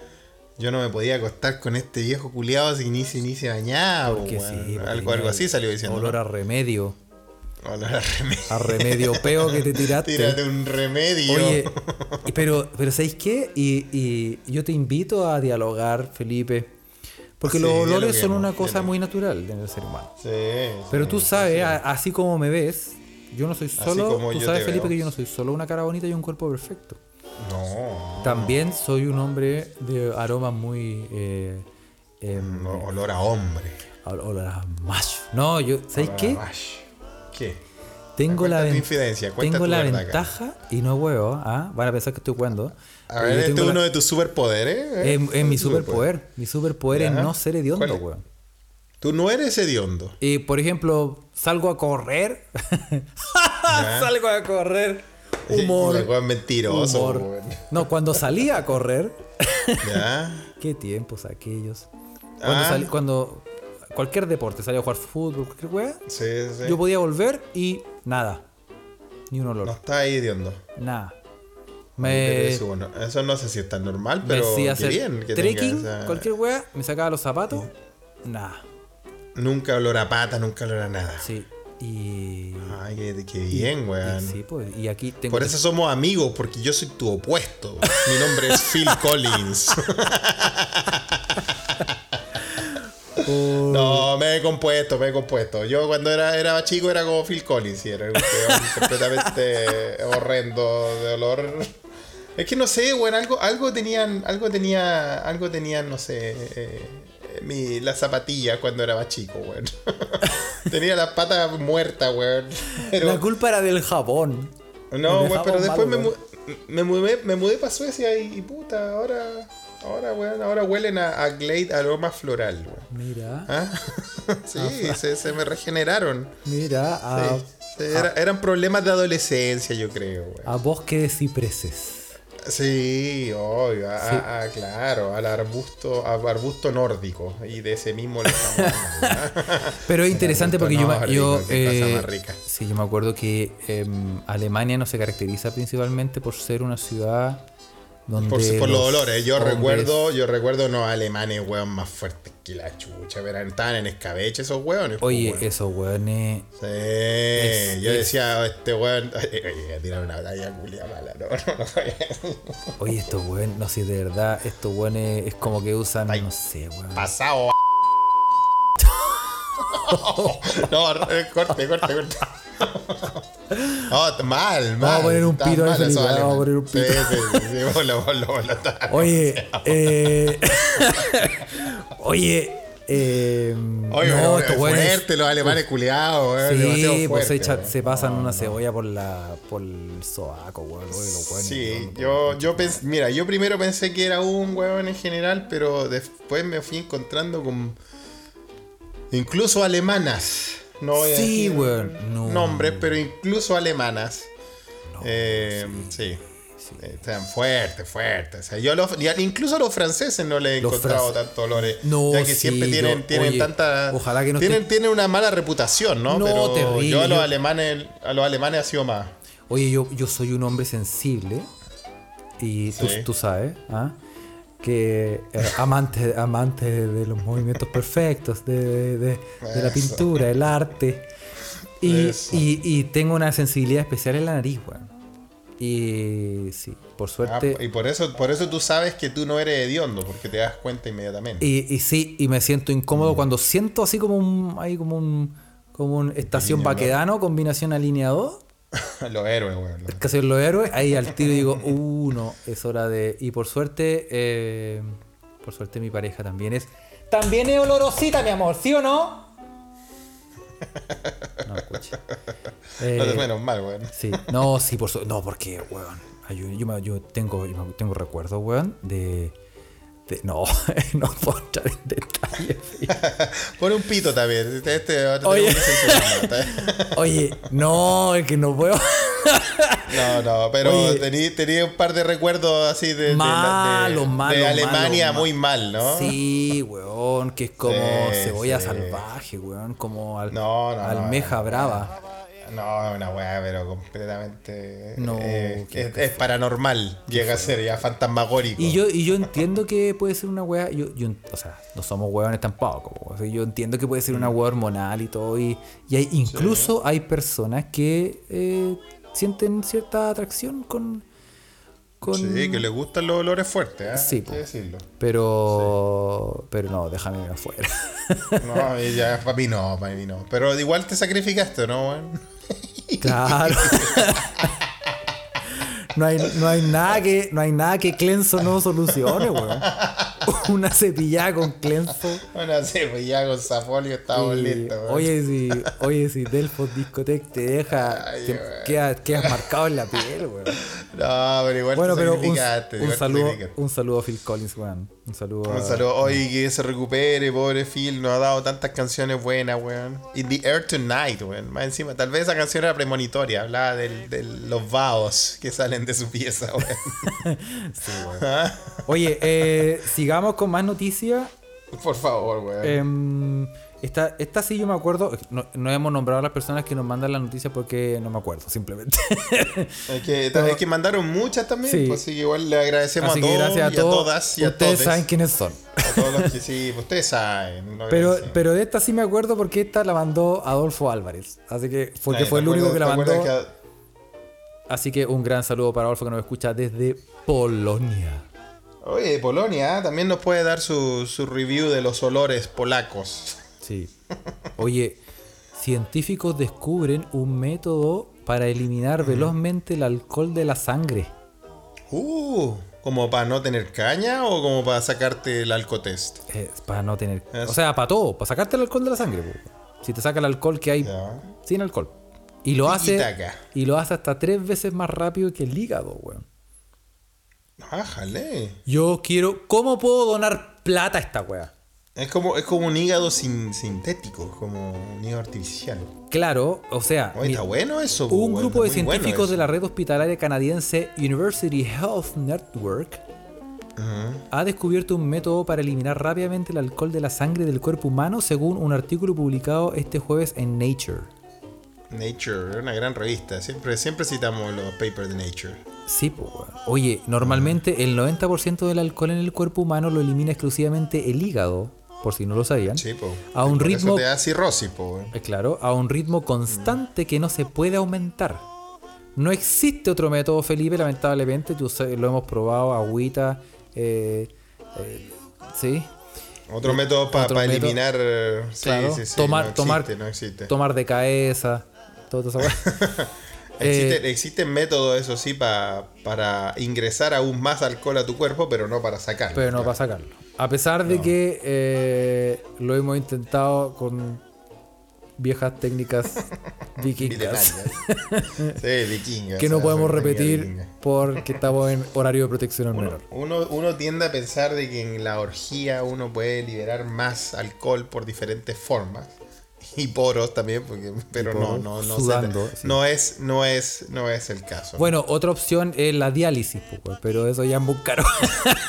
yo no me podía acostar con este viejo culiado si ni se ni se bañaba, que weón. sí, algo, tenía algo así salió diciendo. Olor ¿no? a remedio. Olor a remedio. A remedio peo que te tiraste. Tírate un remedio. Oye, y- pero, pero ¿sabéis qué? Y, y yo te invito a dialogar, Felipe. Porque Sí, los olores son dialoguemos, una cosa dialoguemos. muy natural en el ser humano. Sí, Pero sí, tú sí, sabes, Eh, ah- sí. a- así como me ves, yo no soy solo. como Tú yo sabes, te Felipe, veo. que yo no soy solo una cara bonita y un cuerpo perfecto. No. También soy un hombre de aromas muy. Eh, em, no, Olor a hombre. Ol- Olor a macho. No, yo, ¿sabes Olor a qué? mash. ¿Qué? Tengo Cuenta la, tu ven- infidencia, cuenta tengo tu la verdad acá. ventaja y no huevo, ¿ah? van a pensar que estoy jugando. A ver, este es uno de tus superpoderes. ¿eh? es, Este es mi tu superpoder. Mi superpoder es Ya. no ser hediondo, ¿Cuál es? weón. Tú no eres hediondo. Y por ejemplo, salgo a correr. salgo a correr. Humor. Sí, el weón mentiroso, humor. weón. No, cuando salía a correr. ¿Ya? Qué tiempos aquellos. Cuando, Ah. salí- cuando cualquier deporte, salía a jugar fútbol, cualquier weá, Sí, sí. yo podía volver y nada. Ni un olor. No está ahí hediondo. Nada. Pero Me, eso, bueno, eso no sé si es tan normal, me pero hacía qué hacer bien que trekking, tenga esa- cualquier weá, me sacaba los zapatos. Nada. Nunca olor a pata, nunca olor a nada. Sí. Y. Ay, qué, qué bien, y weón. sí, pues, y aquí tengo. Ah, Por eso somos amigos, porque yo soy tu opuesto. weón. Mi nombre es Phil Collins. No, me he compuesto, me he compuesto. Yo cuando era, era chico era como Phil Collins, y era un weón completamente horrendo de olor. Es que no sé, bueno, algo, algo tenían, algo tenía, algo tenían, no sé, eh, mi, las zapatillas cuando era más chico, weón. Tenía las patas muertas, weón. Pero- La culpa era del jabón. no, Me güey, dejaba pero después malo, me, mu- me mudé, me mudé para Suecia y, y puta, ahora, ahora, güey, ahora huelen a, a Glade aroma floral, güey. Mira, ¿Ah? sí, se, se me regeneraron. mira, a, Sí. Era- eran problemas de adolescencia, yo creo, güey. a bosque de cipreses. Sí, obvio, a- a- a- claro, al arbusto, a arbusto nórdico. Y de ese mismo le estamos hablando, ¿ah? Pero es interesante porque yo, No, me- yo, rico, qué cosa eh, más rica. sí, yo me acuerdo que em, Alemania no se caracteriza principalmente por ser una ciudad donde Por, su- por los dolores, dolores, yo recuerdo, yo recuerdo unos alemanes, weón, más fuertes que la chucha, pero estaban en escabeche esos weones. pues, Oye, weón. esos weones. Sí, es- yo es- decía, este weón, oye, oye, tirar una batalla culia mala, no, no, no, oye, Oye, estos weones, no sé, de verdad, estos weones es como que usan, Ay. no sé, weón. pasado. no, re- corte, corte, corte. No, mal, mal. a poner un tan pito ahí, mal esos Felipe, vamos a alemanes. poner un pito. Sí, sí, sí, sí, ponlo, ponlo, ponlo, tan- Oye, eh, oye, eh, Oye, no, pero estos weones- fuerte, los alemanes culiados, weón, demasiado Sí, pues fuerte, se, echa- weón. se pasan una cebolla por la por el sobaco, weón. oye, los weones, Sí, weón, yo, yo pens- mira, yo primero pensé que era un huevón en general, pero después me fui encontrando con incluso alemanas. No voy a Sí, decir weón, no. nombres, pero incluso alemanas. Eh, sí. Eh, Están fuertes, fuertes. O sea, yo los- y a- incluso a los franceses no les he Los encontrado fran- tanto olores. No, ya que sí, siempre yo- tienen, tienen oye, tanta. ojalá que no tienen, esté- tienen una mala reputación, ¿no? No, pero terrible, yo a los yo- alemanes, a los alemanes ha sido más. Oye, yo, yo soy un hombre sensible. Y tú, Sí. tú sabes, ¿ah? que eh, amante, amante de los movimientos perfectos, de, de- de- de la Eso. pintura, el arte. Y, Eso. y- y tengo una sensibilidad especial en la nariz, weón. Y sí, por Ah, suerte. y por eso, por eso tú sabes que tú no eres hediondo, porque te das cuenta inmediatamente. Y, y sí, y me siento Mm. incómodo cuando siento así como un. Hay como un. Como un estación Pequeño olor. baquedano, combinación alinea 2. Los héroes, weón. Es casi los héroes. Ahí al tiro digo, uh, no, es hora de. Y por suerte. eh, por suerte mi pareja también es. También es olorosita, mi amor, ¿sí o no? No, escucha. Eh, No, Menos mal, weón. Sí, no, sí, por su- No, porque, weón. ay, yo, yo me- yo tengo, yo me- tengo recuerdos, weón, de. de- no, no puedo entrar en detalles. Pon un pito también. Este, este, ahora Oye. tenemos que censurarlo. Oye, no, es que no puedo. No, no, pero Oye. tenía un par de recuerdos así de, de, la- Malo, de- malo, de Alemania malo, muy mal, ¿no? Sí, weón, que es como Sí, cebolla sí. salvaje, weón, como al- No, no, no, almeja no. brava. No, es una weá, pero completamente. No, eh, qué- es, qué es paranormal. Llega a ser ya fantasmagórico. Y yo, y yo entiendo que puede ser una weá, yo, yo en- o sea, no somos weones tampoco, po, o sea, yo entiendo que puede ser una weá hormonal y todo, y, y hay, incluso hay personas que eh, sienten cierta atracción con... con Sí, que le gustan los olores fuertes, ¿eh? Sí, Hay po. que decirlo. Pero, pero no, déjame afuera. No, a mí ya, para mí no, para mí no. Pero igual te sacrificaste, ¿no, weón? Claro. No hay, no hay nada que no hay nada que Clenso no solucione, weón. Una cepillada con Clenso. Bueno, sí, pues ya con Zapolio estamos y- listos, weón. oye, si, oye, si Delfos Discotec te deja, Ay, te- weón. quedas, quedas marcado en la piel, weón. No, pero igual Bueno, te pero un, sacrificaste. un este, igual te saludo, sacrificaste. un saludo a Phil Collins, weón. Un saludo. a- Un saludo hoy que se recupere, pobre Phil. Nos ha dado tantas canciones buenas, weón. In the Air Tonight, weón. Más encima, tal vez esa canción era premonitoria. Hablaba del- de los vaos que salen de su pieza, weón. ¿Ah? Sí, weón. Oye, eh, sigamos con más noticias. Por favor, weón. Em, esta, esta sí yo me acuerdo. No, no hemos nombrado a las personas que nos mandan las noticias porque no me acuerdo, simplemente. es, que, pero- es que mandaron muchas también, Sí. pues, así que igual le agradecemos Así a que todos gracias a y a todos. todas y a Ustedes todos. saben quiénes son. A todos los que sí, pues, ustedes saben. lo Pero, agradecemos. pero de esta sí me acuerdo porque esta la mandó Adolfo Álvarez. Así que, porque Ay, fue ¿te el único acuerdas- que la te acuerdas mandó. que a- Así que un gran saludo para Adolfo que nos escucha desde Polonia. Oye, Polonia ¿eh? también nos puede dar su, su review de los olores polacos. Sí. Oye, científicos descubren un método para eliminar velozmente el alcohol de la sangre. Uh, ¿como para no tener caña o como para sacarte el alcotest? Eh, para no tener. Eso. O sea, para todo, para sacarte el alcohol de la sangre. po. Si te saca el alcohol que hay Ya. sin alcohol. Y lo hace. Tiquitaca. Y lo hace hasta tres veces más rápido que el hígado, weón. Ah, jale. Yo quiero. ¿Cómo puedo donar plata a esta weá? Es como, es como un hígado sin- sintético, como un hígado artificial. Claro, o sea. Oye, mira, está bueno eso. po, Un weón, grupo de está muy bueno científicos de eso. la red hospitalaria canadiense University Health Network ha descubierto un método para eliminar rápidamente el alcohol de la sangre del cuerpo humano según un artículo publicado este jueves en Nature. Nature, es una gran revista. Siempre, siempre citamos los papers de Nature. Sí, po, weón. oye, normalmente el 90% del alcohol en el cuerpo humano lo elimina exclusivamente el hígado, por si no lo sabían, Sí, po. a un Por ritmo Eso te da cirrosis, po. weón. Eh, Claro, a un ritmo constante que no se puede aumentar. No existe otro método, Felipe, lamentablemente. Tú sabes, lo hemos probado, agüita. eh, eh, sí. Otro método para otro método. eliminar. eh, sí, claro. sí, sí, tomar, no existe, tomar, No existe. tomar de cabeza. Todo eso. eh, Existe- Existen métodos, eso sí, pa- para ingresar aún más alcohol a tu cuerpo, pero no para sacarlo. pero no para sacarlo. A pesar de que eh, lo hemos intentado con viejas técnicas vikingas. Milenarias. sí, vikingas. que no ¿sabes? Son podemos técnicas repetir vikingas. porque estamos en horario de protección al menor. Uno, uno tiende a pensar de que en la orgía uno puede liberar más alcohol por diferentes formas. Y poros también, porque, pero poros, no, no, no, se- sudando, sí. no es, no es, no es el caso. Bueno, otra opción es la diálisis, po, weón, pero eso ya es muy caro.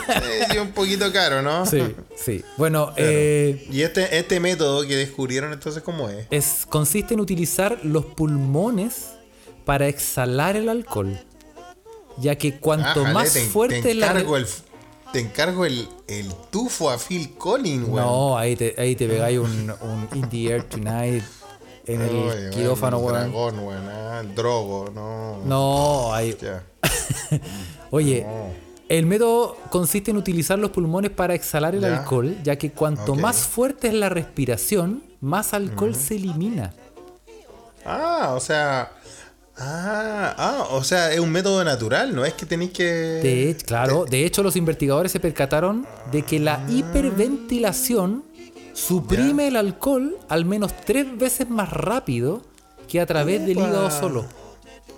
Eh, sí, un poquito caro, ¿no? sí, sí. Bueno, eh, Y este, este método que descubrieron entonces cómo es. es, consiste en utilizar los pulmones para exhalar el alcohol. Ya que cuanto Ah, jale, más te- fuerte te la. encargo el f- te encargo el, el tufo a Phil Collins, weón. No, ahí te, ahí te pegáis un, un In the Air Tonight en el Oye, weón, quirófano, el weón. dragón, weón, ah, el drogo, no. No, ahí. Ya. Oye, el método consiste en utilizar los pulmones para exhalar el Ya. alcohol, ya que cuanto Ok. más fuerte es la respiración, más alcohol se elimina. Ah, o sea. Ah, ah, o sea, es un método natural, no es que tenéis que. De hecho, claro, de hecho los investigadores se percataron de que Ah. la hiperventilación suprime el alcohol al menos tres veces más rápido que a través del Upa. hígado solo.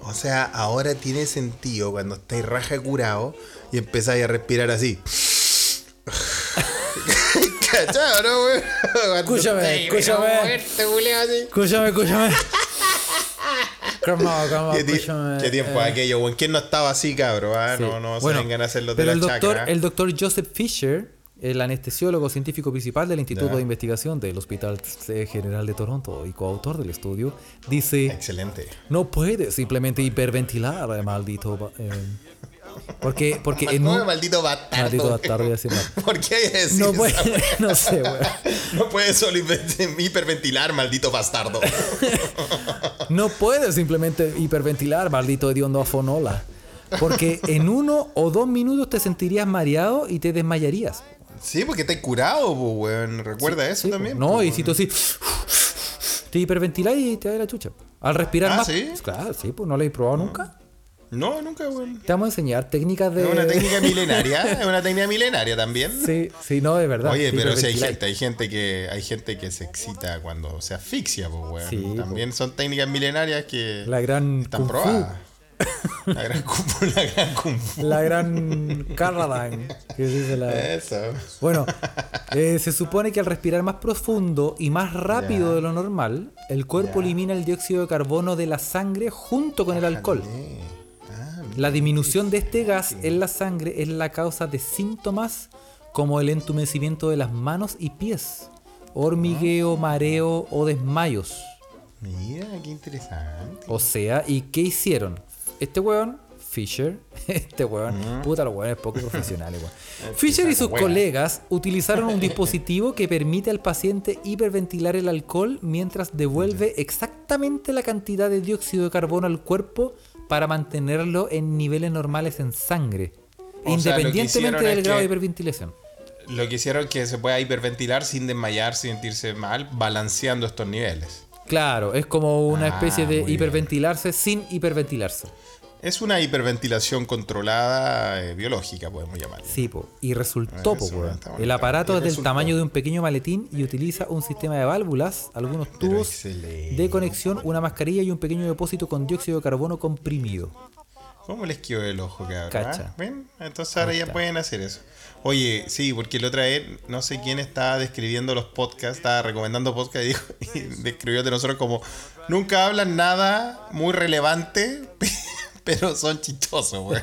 O sea, ahora tiene sentido cuando estáis raja curado y empezáis a respirar así. ¿Cachado, no, weón? Cuando Escúchame, estáis, escúchame. pero muerto, culiao, así. Escúchame, escúchame. Calma, calma, ¿Qué, ti- escúchame. qué tiempo Eh, aquello, weón? ¿Quién no estaba así, cabrón? Ah, sí. no, no Bueno, se vengan a hacer los de pero la el doctor, chacra. el doctor Joseph Fisher, el anestesiólogo científico principal del Instituto Ya. de Investigación del Hospital eh, General de Toronto y coautor del estudio, dice... Excelente. No puede simplemente hiperventilar, eh, maldito. ba- eh, porque porque en Mal- un- no, maldito bastardo. Maldito weón. bastardo, iba a decir mal. ¿Por qué hay que decir no esa puede, weá? no sé, weón. No puedes solo hiper- hiperventilar, maldito bastardo. No puede simplemente hiperventilar, maldito hediondo afonola. Porque en uno o dos minutos te sentirías mareado y te desmayarías. Sí, porque te he curado, po, weón. Recuerda eso Sí, también. pues, No, po, y weón. si tú así. Te hiperventilás y te da la chucha. Al respirar Ah, más. ¿sí? Claro, sí, pues no lo he probado nunca. No, nunca, weón. Te vamos a enseñar técnicas de. Es una técnica milenaria, es una técnica milenaria también. Eh. Sí, sí, no, de verdad. Oye, te pero si hay hiperventiláis. gente, hay gente que, hay gente que se excita cuando se asfixia, pues weón. Sí, también son técnicas milenarias que La gran. están kung fu. probadas. La gran kung fu, la gran kung fu. La gran Carradine. que dice la- Eso. Bueno, eh, se supone que al respirar más profundo y más rápido de lo normal, el cuerpo elimina el dióxido de carbono de la sangre junto con el alcohol. Ah, La disminución de este gas en la sangre es la causa de síntomas como el entumecimiento de las manos y pies, hormigueo, mareo o desmayos. Mira, qué interesante. O sea, ¿y qué hicieron? Este weón, Fisher, este Mm. weón, puta los weones poco profesionales, Este weón. Fisher y sus weón. colegas utilizaron un dispositivo que permite al paciente hiperventilar el alcohol mientras devuelve exactamente la cantidad de dióxido de carbono al cuerpo para mantenerlo en niveles normales en sangre, O sea, lo que independientemente hicieron del es grado que- de hiperventilación. Lo que hicieron es que se pueda hiperventilar sin desmayar, sin sentirse mal, balanceando estos niveles. Claro, es como una Ah, especie de muy bien. hiperventilarse sin hiperventilarse. Es una hiperventilación controlada eh, biológica, podemos llamarla. Sí, po. y resultó, po, Eso, weón. Ah, está bonito. El aparato Y es del resultó. tamaño de un pequeño maletín y utiliza un sistema de válvulas, algunos Pero tubos excelente. de conexión, una mascarilla y un pequeño depósito con dióxido de carbono comprimido. ¿Cómo les quedó el ojo, cabrón? Cacha. ah? ¿Ven? Entonces ahora Ahí ya está. pueden hacer eso. Oye, sí, porque la otra vez no sé quién estaba describiendo los podcasts, estaba recomendando podcasts y, dijo, y describió de nosotros como nunca hablan nada muy relevante, pero son chistosos, güey.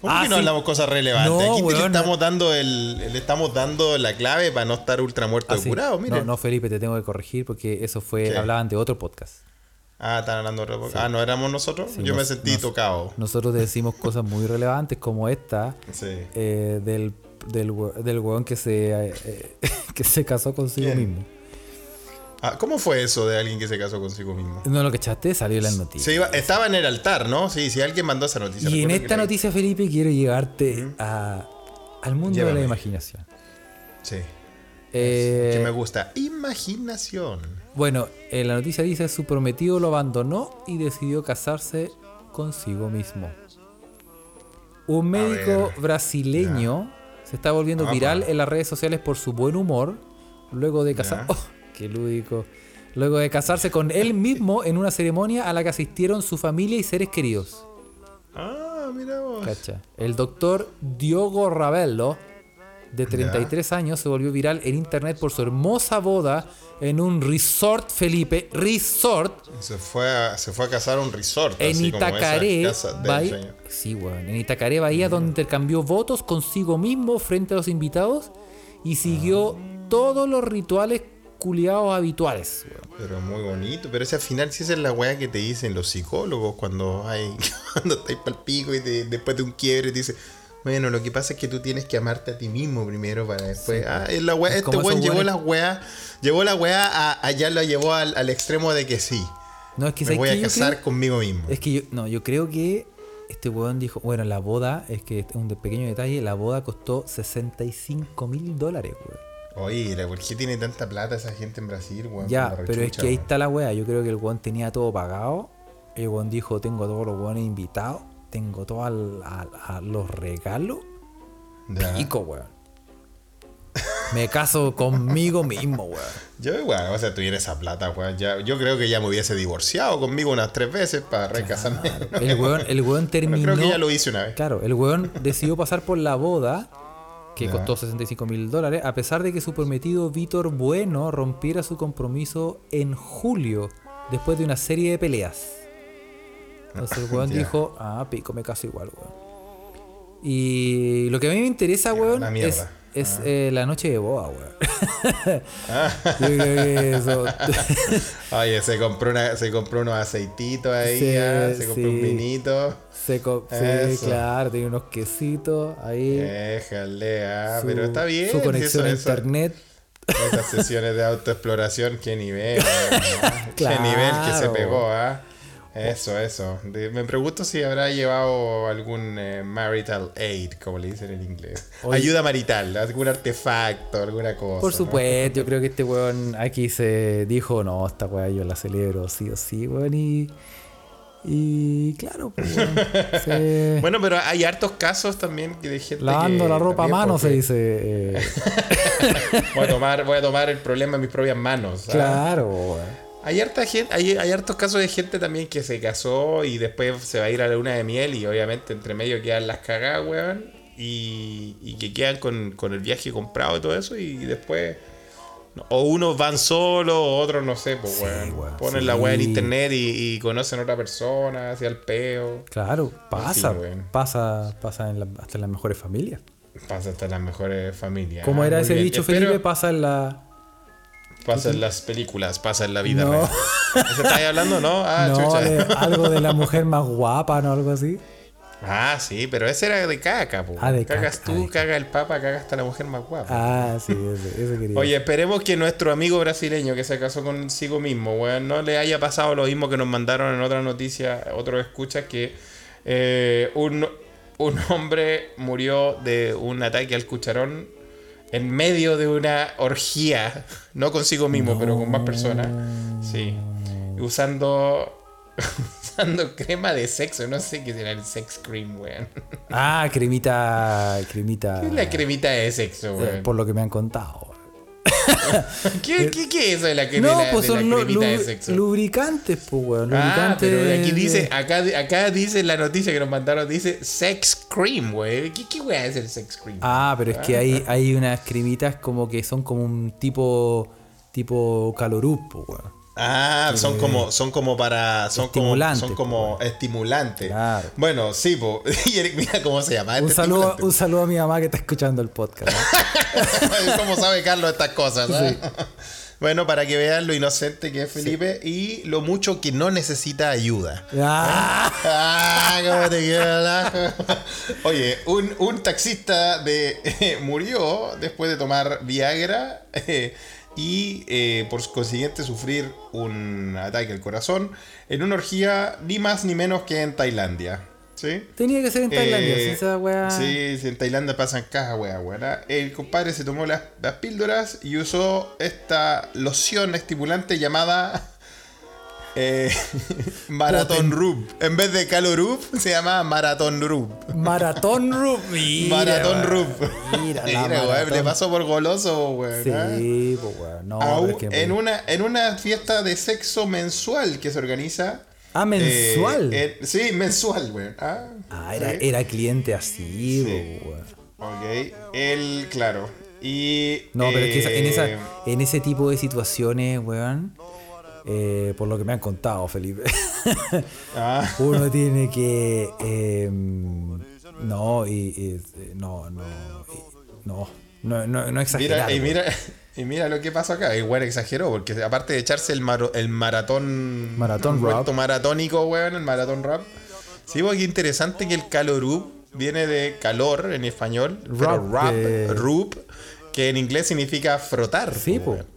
¿Cómo Ah, que no sí. hablamos cosas relevantes? No, Aquí te le weón, estamos dando el, le estamos dando la clave para no estar ultra muerto Ah, de sí. curado, miren. No, no, Felipe, te tengo que corregir porque eso fue, ¿Qué? hablaban de otro podcast. Ah, están hablando de otro podcast. Ah, no éramos nosotros. Sí, Yo nos- me sentí nos- tocado. Nosotros decimos cosas muy relevantes como esta Sí. eh, del, del, we- del weón que se, eh, eh, que se casó consigo ¿Quién? mismo. Ah, ¿Cómo fue eso de alguien que se casó consigo mismo? No lo que echaste, salió en las noticias. Se iba- estaba en el altar, ¿no? Sí, sí, alguien mandó esa noticia. Y en recuerdo que esta la- noticia, Felipe, quiero llevarte a- al mundo de Llévame. la imaginación. Sí. Eh, que me gusta. Imaginación. bueno, eh, la noticia dice, su prometido lo abandonó y decidió casarse consigo mismo. Un médico ver, brasileño se está volviendo Apa. viral en las redes sociales por su buen humor, luego de casar... Ya. ¡Oh, qué lúdico! Luego de casarse con él mismo en una ceremonia a la que asistieron su familia y seres queridos. Ah, mira vos. Cacha. El doctor Diogo Ravello, de 33 años, se volvió viral en internet por su hermosa boda en un resort, Felipe, resort Se fue, a, se fue a casar a un resort. en así como esas Itacaré, casas de Bahía- ensueño. sí, weón, en Itacaré, Bahía, donde intercambió votos consigo mismo frente a los invitados y siguió Ah. todos los rituales culiados habituales. weón. Pero muy bonito. Pero ese al final sí esa es la weá que te dicen los psicólogos cuando hay cuando estáis pa'l pico y te- después de un quiebre te dicen, Bueno, lo que pasa es que tú tienes que amarte a ti mismo primero para después. Sí, ah, la wea- Es este como esos weón llevó weones- las weas. Llevó la wea a, allá la llevó al, al extremo de que sí. No, es que me ¿sabes voy qué a yo casar creo? conmigo mismo. Es que yo, no, yo creo que este weón dijo, bueno, la boda, es que es un de- pequeño detalle, la boda costó 65 mil dólares, weón. Ah, Oye, ¿por qué tiene tanta plata esa gente en Brasil, weón? Ya, Por la pero es rechucha, que ahí weón. está la weá. Yo creo que el weón tenía todo pagado. El weón dijo, tengo a todos los weones invitados. Tengo todos al- al- a los regalos. Ya. Pico, weón. Me caso conmigo mismo, weón. Yo, weón, o sea, tuviera esa plata, weón. ya- yo creo que ya me hubiese divorciado conmigo unas tres veces para recasarme. El weón, el weón Bueno, terminó. creo que ya lo hice una vez. Claro, el weón decidió pasar por la boda, que costó 65 mil dólares, a pesar de que su prometido Víctor Bueno rompiera su compromiso en julio, después de una serie de peleas. Entonces el weón Ya. dijo, ah, pico, me caso igual, weón. Y lo que a mí me interesa, weón, la mierda. Ah. es, es, eh, la noche de boda, weón. Yo creo que eso. Oye, se compró, una, se compró unos aceititos ahí, Sí, ah, se compró un sí. vinito. Se co- sí, Eso. claro, tenía unos quesitos ahí. Déjale, ah, su- pero está bien. Su si conexión eso- a eso- internet. Esas sesiones de autoexploración, qué nivel. ¿ah? Claro. Qué nivel que se pegó, ¿ah? Eso, eso. De- me pregunto si habrá llevado algún eh, marital aid, como le dicen en inglés. Oye. Ayuda marital, algún artefacto, alguna cosa. Por ¿no? supuesto, yo creo que este weón aquí se dijo, no, esta weá yo la celebro, sí o sí, weón, y. Y claro, pues, weón, se- Bueno, pero hay hartos casos también que de gente lavando que la ropa a también mano se porque dice. eh, Voy a, tomar, voy a tomar el problema en mis propias manos. ¿ah? claro, weón. Hay, harta gente, hay, hay hartos casos de gente también que se casó y después se va a ir a la luna de miel y obviamente entre medio quedan las cagadas, weón. Y, y que quedan con, con el viaje comprado y todo eso y, después... O unos van solos, o otros no sé, pues, weón. weón, Ponen sí. la weá en internet y, y conocen a otra persona, hacia el peo. Claro, pasa, Sí, weón. pasa, pasa en la- hasta en las mejores familias. Pasa hasta las mejores familias. Como era Ah, Muy ese bien. dicho, Espero- Felipe, pasa en la. Pasa en las películas, pasa en la vida No. real. ¿Se está ahí hablando, no? Ah, no, chucha. de- algo de la mujer más guapa, ¿no? Algo así. Ah, sí, pero ese era de caca, po. Ah, de cagas caca, ah, tú, de caga el papa, caga hasta la mujer más guapa. Ah, sí, ese, ese quería. Oye, esperemos que nuestro amigo brasileño que se casó consigo mismo, weón, no le haya pasado lo mismo que nos mandaron en otra noticia, otro escucha, que eh, un, un hombre murió de un ataque al cucharón en medio de una orgía, no consigo mismo, pero con más personas. Sí. Usando. Usando crema de sexo, no sé qué será el sex cream, weón. Ah, cremita. Cremita. ¿Qué es la cremita de sexo, eh, weón? por lo que me han contado. ¿Qué, qué, qué es eso de la, cre- No, de la- pues de la son lu- cremita de lu- sexo? lubricantes, pues, weón. Ah, lubricantes eh. pero aquí de- dice, acá, acá dice en la noticia que nos mandaron, dice sex cream, güey. ¿Qué, qué weá es el sex cream? Ah, pero es que hay, hay unas cremitas como que son como un tipo. Tipo calorup, pues, weón. Ah, eh, son como, son como para, son como, Estimulantes, son como estimulantes. pues, Claro. Bueno, sí, po. Y Eric, mira cómo se llama. Un este saludo, estimulante. un saludo a mi mamá que está escuchando el podcast. ¿no? ¿Cómo sabe Carlos estas cosas? ah? Bueno, para que vean lo inocente que es Felipe y lo mucho que no necesita ayuda. Ah, Ah, cómo te quedó el ajo. Oye, un, un taxista de, eh, murió después de tomar Viagra eh, y eh, por consiguiente sufrir un ataque al corazón en una orgía ni más ni menos que en Tailandia. ¿Sí? Tenía que ser en Tailandia, Eh, si esa weá. Sí, sí, en Tailandia pasan cajas, weá, weá. El compadre se tomó las, las píldoras y usó esta loción estimulante llamada eh, Maratón Rub. En vez de Calorub, se llama Maratón Rub. Maratón Ruby. Maratón Rub. Mira, la weá, maratón. le pasó por goloso, weón. ¿ah? Sí, pues, weón. No, Au- pero es que- en, una, en una fiesta de sexo mensual que se organiza. Ah, mensual. eh, eh, sí, mensual, weón. Ah, Ah, era, sí. era cliente así, po, weón. Ok, él, claro. Y. No, pero es que esa- en, eh, esa, en ese tipo de situaciones, weón, eh, por lo que me han contado, Felipe, ah, uno tiene que... eh, no, y, y- no, no, y- no, no, no, no exagerar. mira, y, weón. mira, y mira lo que pasó acá. Igual exageró, porque aparte de echarse el, maro- el maratón. Maratón un rap. vuelto maratónico, weón, el maratón rap. Sí, porque interesante que el Calorub viene de calor en español, pero Rub, rub, eh. rub, que en inglés significa frotar. Sí, po. weón.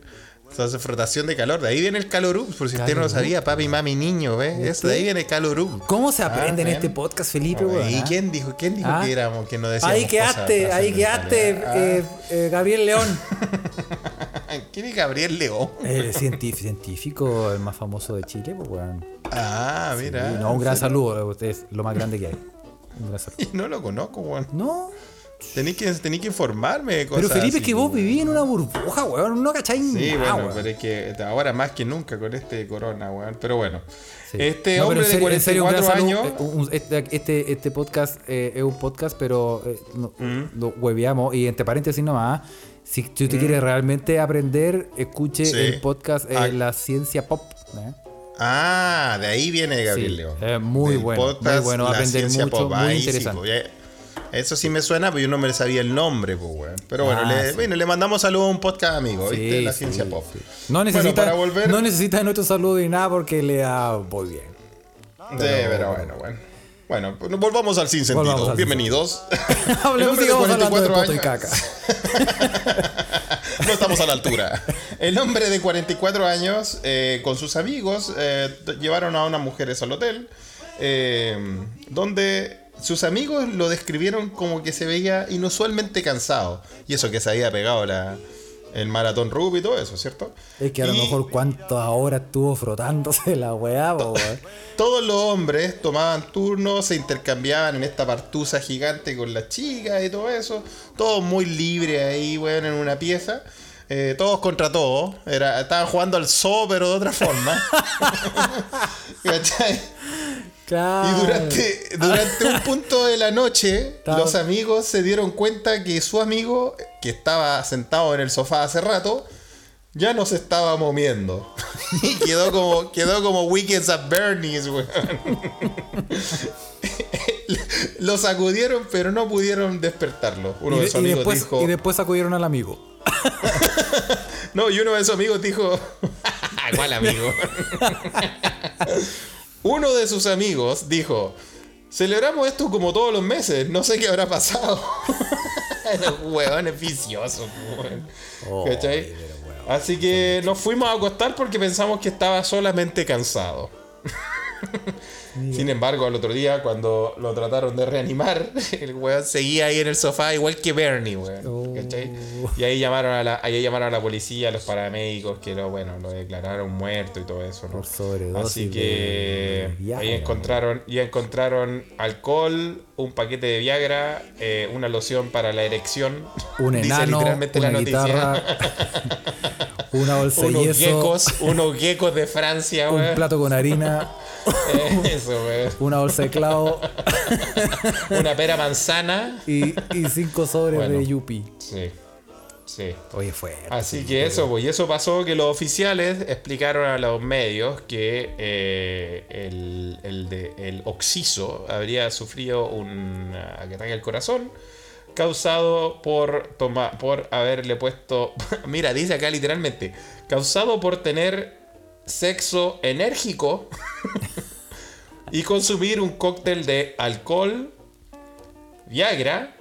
Entonces, frotación de calor. De ahí viene el calorup, por si usted no lo Calorup. sabía, papi, mami, niño, ¿ves? Es- de ahí viene el calorup. ¿Cómo se aprende en Ah, este man. podcast, Felipe? Oye, weón, ¿Y ah? quién dijo, quién dijo Ah. que éramos, que no decíamos Ahí quedaste, cosas ahí quedaste, trascendentales? Ah. eh, eh, Gabriel León. ¿Quién es Gabriel León? El científico, científico el más famoso de Chile, pues, weón. Ah, mira. Y no, un gran saludo, eh, es lo más grande que hay. Un gran saludo. No lo conozco, weón. No, Tenéis que, tenés que informarme de cosas. pero Felipe, así, que vos weón. vivís en Ah, una burbuja, weón. No cacháis Sí, nada, bueno, weón. pero es que ahora más que nunca con este corona, weón. Pero bueno. Sí. Este No, pero hombre en serio- en de serio, un gran 44 años. saludo. Eh, un- Este, este, este podcast eh, es un podcast, pero eh, no- Mm. lo hueveamos. Y entre paréntesis nomás, si tú te quieres realmente aprender, escuche Sí. el podcast eh, Ah. La Ciencia Pop. ¿eh? Ah, de ahí viene Gabriel Sí, León. eh, muy Del bueno, muy bueno, La aprender Ciencia mucho, muy Ahí sí, interesante. pues, ya- eso sí me suena, pero yo no me sabía el nombre, pues, weón. Pero bueno, Ah, le, sí. bueno, le mandamos saludos a un podcast amigo, Sí, ¿viste? La sí, Ciencia Pop. sí. No necesita, Bueno, para volver. no necesita nuestro saludo y nada porque le da muy bien. Sí, pero bueno, bueno. Bueno, pues, volvamos al sin Volvamos sentido. al Bienvenidos. El Hablemos, hombre de sigamos hablando de 44 poto y años. caca. no estamos a la altura. El hombre de 44 años, eh, con sus amigos, eh, t- llevaron a unas mujeres al hotel, eh, donde sus amigos lo describieron como que se veía inusualmente cansado. Y eso que se había pegado la, el maratón rugby y todo eso, ¿cierto? Es que a lo Y- mejor cuántas horas estuvo frotándose la weá, po, weón. Todos los hombres tomaban turnos, se intercambiaban en esta partusa gigante con las chicas y todo eso. Todos muy libres ahí, weón, en una pieza. Eh, todos contra todos. Era, estaban jugando al zoo, pero de otra forma. ¿Cachai? Claro. Y durante, durante un punto de la noche, Estaba- los amigos se dieron cuenta que su amigo, que estaba sentado en el sofá hace rato, ya nos estaba momiendo. Y quedó como, quedó como Weekends at Bernie's, weón. Lo sacudieron, pero no pudieron despertarlo. Uno Y de de- sus y amigos después, dijo. y después acudieron al amigo. No, y uno de sus amigos dijo. ¿Cuál amigo? uno de sus amigos dijo: Celebramos esto como todos los meses, no sé qué habrá pasado. Los huevones viciosos, weón. Oh, ¿Cachai? Así que nos fuimos a acostar porque pensamos que estaba solamente cansado. Sin embargo, al otro día, cuando lo trataron de reanimar, el weón seguía ahí en el sofá, igual que Bernie, weón. Oh. ¿cachai? Y ahí llamaron, a la, ahí llamaron a la policía, a los paramédicos, que lo, bueno, lo declararon muerto y todo eso, ¿no? Por sobredosis Así de que Viagra, ahí encontraron, y encontraron alcohol, un paquete de Viagra, eh, una loción para la erección. Un Dice enano, literalmente la una noticia. guitarra, una bolsa de Unos yeso, geckos, unos geckos de Francia, un weón. plato con harina, Eso, weón. una bolsa de clavo Una pera manzana. y, y cinco sobres Bueno. de yupi. Sí. Sí. Oye, fue. Así que eso, pues, y eso pasó que los oficiales explicaron a los medios que eh, el, el, de, el oxiso habría sufrido un ah, ataque al corazón causado por, toma, por haberle puesto, mira, dice acá literalmente, causado por tener sexo enérgico y consumir un cóctel de alcohol, Viagra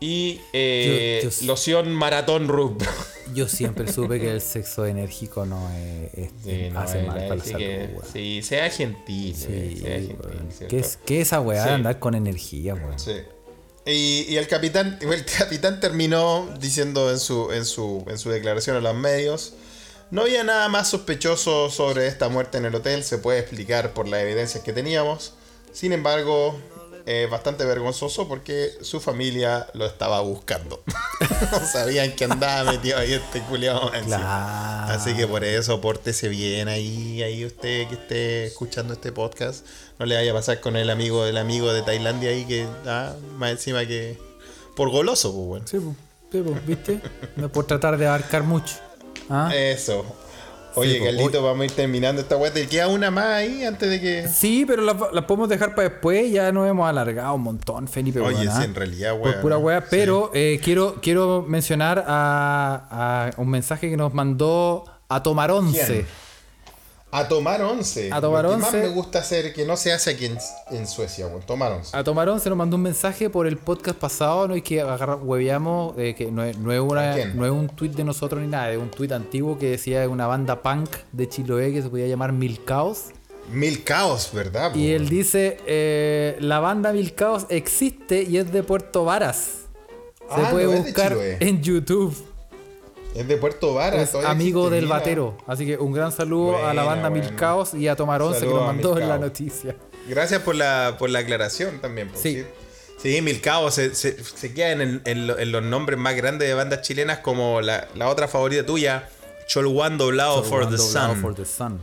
y eh, Yo- yo- loción maratón rub. Yo siempre supe que el sexo enérgico no es, es- Sí, no, hace eh, mal eh, para la sí salud, que- weón. sí, sea gentil. eh, Sí, sea gentil, weón. ¿cierto? ¿Qué, es, ¿Qué esa weá Sí. de andar con energía, weón? Sí. Y, y el capitán, el capitán terminó diciendo en su, en su, en su declaración a los medios. No había nada más sospechoso sobre esta muerte en el hotel, se puede explicar por las evidencias que teníamos. Sin embargo, eh, bastante vergonzoso porque su familia lo estaba buscando. no sabían que andaba metido ahí este culiado. encima. Claro. Así que por eso, pórtese bien ahí, ahí usted que esté escuchando este podcast. No le vaya a pasar con el amigo del amigo de Tailandia ahí que, ah, más encima que. Por goloso, pues bueno. Sí, pues, sí, pues, ¿viste? No por tratar de abarcar mucho. ¿Ah? Eso. Oye, Sí, pues, Carlito, vamos a ir terminando esta weá. Te queda una más ahí antes de que. Sí, pero las las podemos dejar para después. Ya nos hemos alargado un montón, Felipe. Oye, weón, sí, ¿ah? en realidad, Por weón, pura ¿no? wea. Pero eh, quiero, quiero mencionar a, a un mensaje que nos mandó a Tomar 11. A tomar once. A tomar Lo que once. más me gusta hacer que no se hace aquí en, en Suecia, weón. Tomar once. A Tomarón se nos mandó un mensaje por el podcast pasado, no es que agarra- hueveamos, eh, que no es, no es ¿A una, quién? no es un tuit de nosotros ni nada, es un tuit antiguo que decía de una banda punk de Chiloé que se podía llamar Milcaos. Mil caos, ¿verdad? po, Y él weón? dice, eh, la banda Milcaos existe y es de Puerto Varas. Se Ah, puede no es de buscar Chiloé. en YouTube. Es de Puerto Vara. Es Ah, todavía amigo existe, del mira. batero. Así que un gran saludo a la Buena, banda buena. Milcaos y a Tomarón se que Saludo nos a mandó en la Milcaos. noticia. Gracias por la, por la aclaración también. po, Sí. sí. Sí, Milcao se, se, se queda en, el- en lo- en los nombres más grandes de bandas chilenas como la, la otra favorita tuya, Cholwan Doblado for the Doblado Sun. For the Sun.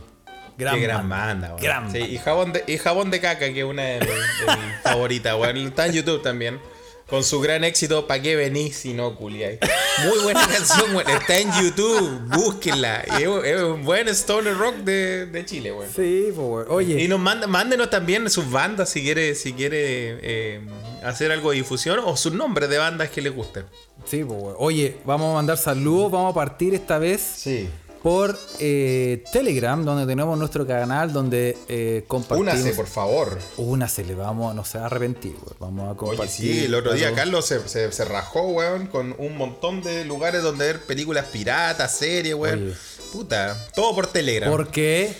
Qué gran banda. banda, weón. Gran Sí, banda. y, jabón de, y jabón de caca, que es una de mis, de mis favoritas, weón. Está en YouTube también. Con su gran éxito, ¿Pa' qué venís si no culiáis? Muy buena canción, weón. Está en YouTube, búsquenla. Y es, un- es un buen stoner rock de, de Chile, weón. Sí, po, weón. Oye. Y nos manda, mándenos también sus bandas si quiere, si quiere eh, hacer algo de difusión o sus nombres de bandas que les gusten. Sí, po, weón. Oye, vamos a mandar saludos, vamos a partir esta vez Sí. por eh, Telegram, donde tenemos nuestro canal, donde eh, compartimos. Únase, por favor. Únase, le vamos, no se va a arrepentir, weón. Vamos a compartir. Oye, sí, el otro día Carlos saludos. se, se- se rajó, weón, con un montón de lugares donde ver películas piratas, series, weón. Oye. Puta, todo por Telegram. ¿Por, Porque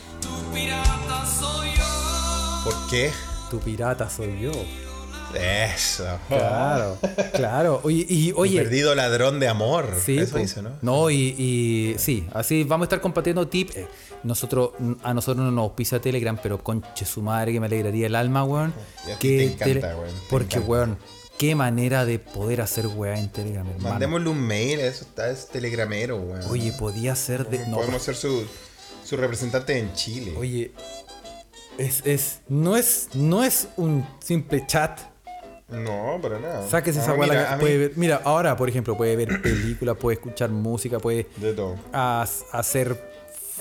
qué? tu pirata soy yo. Eso. Claro, claro. Oye, y Un Ah. oye. Ah. Perdido ladrón de amor. Sí, pues. Eso po. dice, ¿no? y, y sí, así vamos a estar compartiendo tips. Eh, Nosotros, a nosotros no nos auspicia Telegram, pero conche su madre que me alegraría el alma, weón. Y a ti Que te encanta, Tele- weón, te Porque, encanta. weón, qué manera de poder hacer weá en Telegram, hermano. Mandémosle un mail, eso está, es telegramero, weón. Oye, podía ser de. No, pues. Podemos ser su, su representante en Chile. oye. Es, es, no es, no es un simple chat. No, para nada. Sáquese esa Ah, weá la mira, que a mí- puede ver. Mira, ahora, por ejemplo, puede ver películas, puede escuchar música, puede. De todo. a, a hacer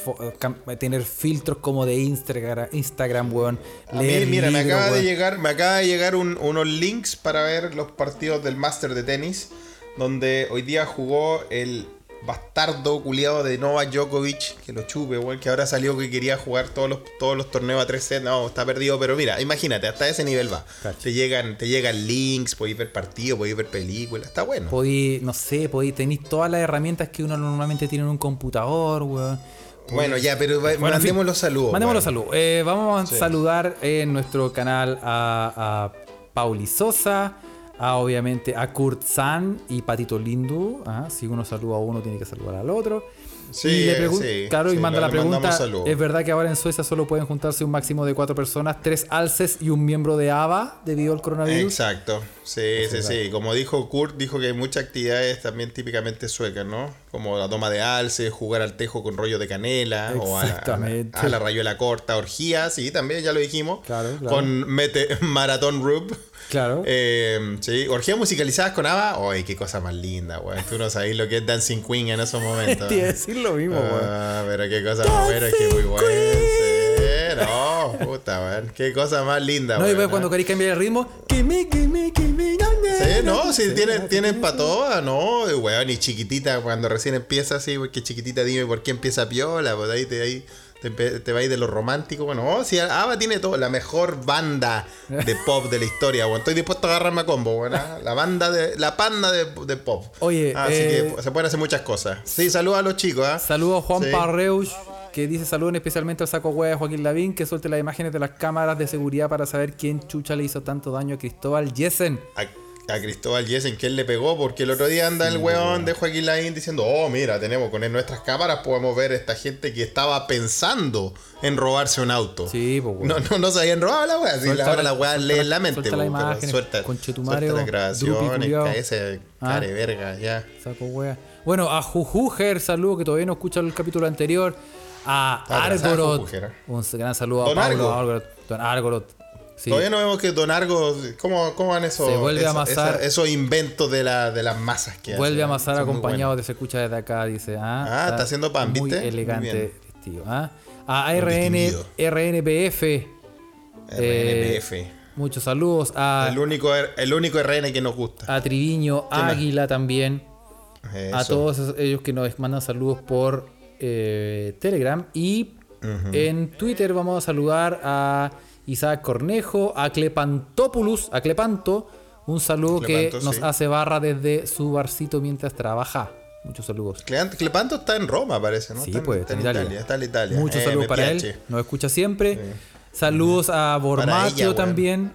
fo- cam- a tener filtros como de Instagram, Instagram weón. A leer mí, mira, me libros, acaba de weón. llegar, me acaba de llegar un- unos links para ver los partidos del Master de tenis, donde hoy día jugó el bastardo culiado de Novak Djokovic, que lo chupe, weón, que ahora salió que quería jugar todos los, todos los torneos a 3 sets. No, está perdido, pero mira, imagínate, hasta ese nivel va. Cacho. Te llegan, te llegan links, podéis ver partidos, podéis ver películas, está bueno. Podí, no sé, podí, tenéis todas las herramientas que uno normalmente tiene en un computador, weón. bueno, ya, pero va- Bueno, en fin, mandemos los saludos. Mandemos weón. los saludos. Eh, vamos a saludar en nuestro canal a, a Pauli Sosa, a obviamente a Kurt San y Patito Lindu. Ah, si uno saluda a uno, tiene que saludar al otro. Sí, y le pregun- sí, claro, y sí, manda le la pregunta. mandamos saludos. ¿Es verdad que ahora en Suecia solo pueden juntarse un máximo de cuatro personas, tres alces y un miembro de ABA debido al coronavirus? Exacto, sí, sí, sí. Como dijo Kurt, dijo que hay muchas actividades también típicamente suecas, ¿no? Como la toma de alce, jugar al tejo con rollo de canela, o a la, a la, Exactamente. a la rayuela corta, orgías, sí, también ya lo dijimos. Claro, claro. Con mete, Maratón Rub. Claro. Eh, sí, orgías musicalizadas con ABBA. ¡Ay, qué cosa más linda, güey! Tú no sabes lo que es Dancing Queen en esos momentos. Te iba a decir lo mismo, weón. Ah, pero qué cosa más buena, que muy buena. sí. No, puta, weón. Qué cosa más linda, No, y weón, ves ¿eh? cuando queréis cambiar el ritmo. Gimme, gimme, gimme, no, Sí, Eh, no, no, si tienen, no, tienen pa' todas, ¿no? Y, Weón, y chiquitita, cuando recién empieza así, güey, que chiquitita dime por qué empieza piola, pues ahí te, ahí te, empe- te va a ir de lo romántico, bueno, oh, si Ava tiene todo, la mejor banda de pop de la historia, weón. Estoy dispuesto a agarrarme a combo, weón. ah, La banda de, la panda de, de pop. Oye, Así eh, que se pueden hacer muchas cosas. Sí, saludos a los chicos, ¿ah? Saludos a Juan Sí. Parreus, que dice saluden especialmente al saco hueá de Joaquín Lavín, que suelte las imágenes de las cámaras de seguridad para saber quién chucha le hizo tanto daño a Cristóbal Yesen. a, a Cristóbal Yesen que él le pegó porque el otro día anda el weón de Joaquín Lavín diciendo, oh mira, tenemos con nuestras cámaras podemos ver esta gente que estaba pensando en robarse un auto. Sí, pues, weón. No, no, no se habían robado la weá, si Suelta ahora la- la weá suelta lee la- en la mente, suelta la weón, pero imagen, suelta, conchetumare, suelta las weón, drupi, grabaciones, culiao. ese Ah. care verga, ya. Saco hueá. Bueno, a Jujuger, saludo que todavía no escucha el capítulo anterior. A Ah, gracias, Argorot, Jujuger, ¿eh? un gran saludo a Don Pablo Argo. Argorot. Don Argorot. Sí. Todavía no vemos que Don Argo, ¿cómo, cómo van esos, Se vuelve esa- a amasar. esa- esos inventos de, la, de las masas que Vuelve hace, a amasar son muy acompañado buenos. de Se escucha desde acá, dice. Ah, Ah, está haciendo pan, muy ¿viste? Muy elegante bien. vestido. ah. A RN, distinguido. RNPF. RNPF. eh, muchos saludos. A el, único, el único RN que nos gusta. a Triviño, más? Águila también, Ah, a Eso. todos esos- ellos que nos mandan saludos por eh, Telegram y En Twitter vamos a saludar a Isaac Cornejo, a Clepantopoulos, a Clepanto. Un saludo Clepanto, que nos sí. hace barra desde su barcito mientras trabaja. Muchos saludos. Cleant- Clepanto está en Roma, parece, ¿no? Sí, está en- pues, está en Italia. Está en Italia. Muchos Eh, saludos me para piace. él. Nos escucha siempre. Saludos a Bormacio ella, weón. también.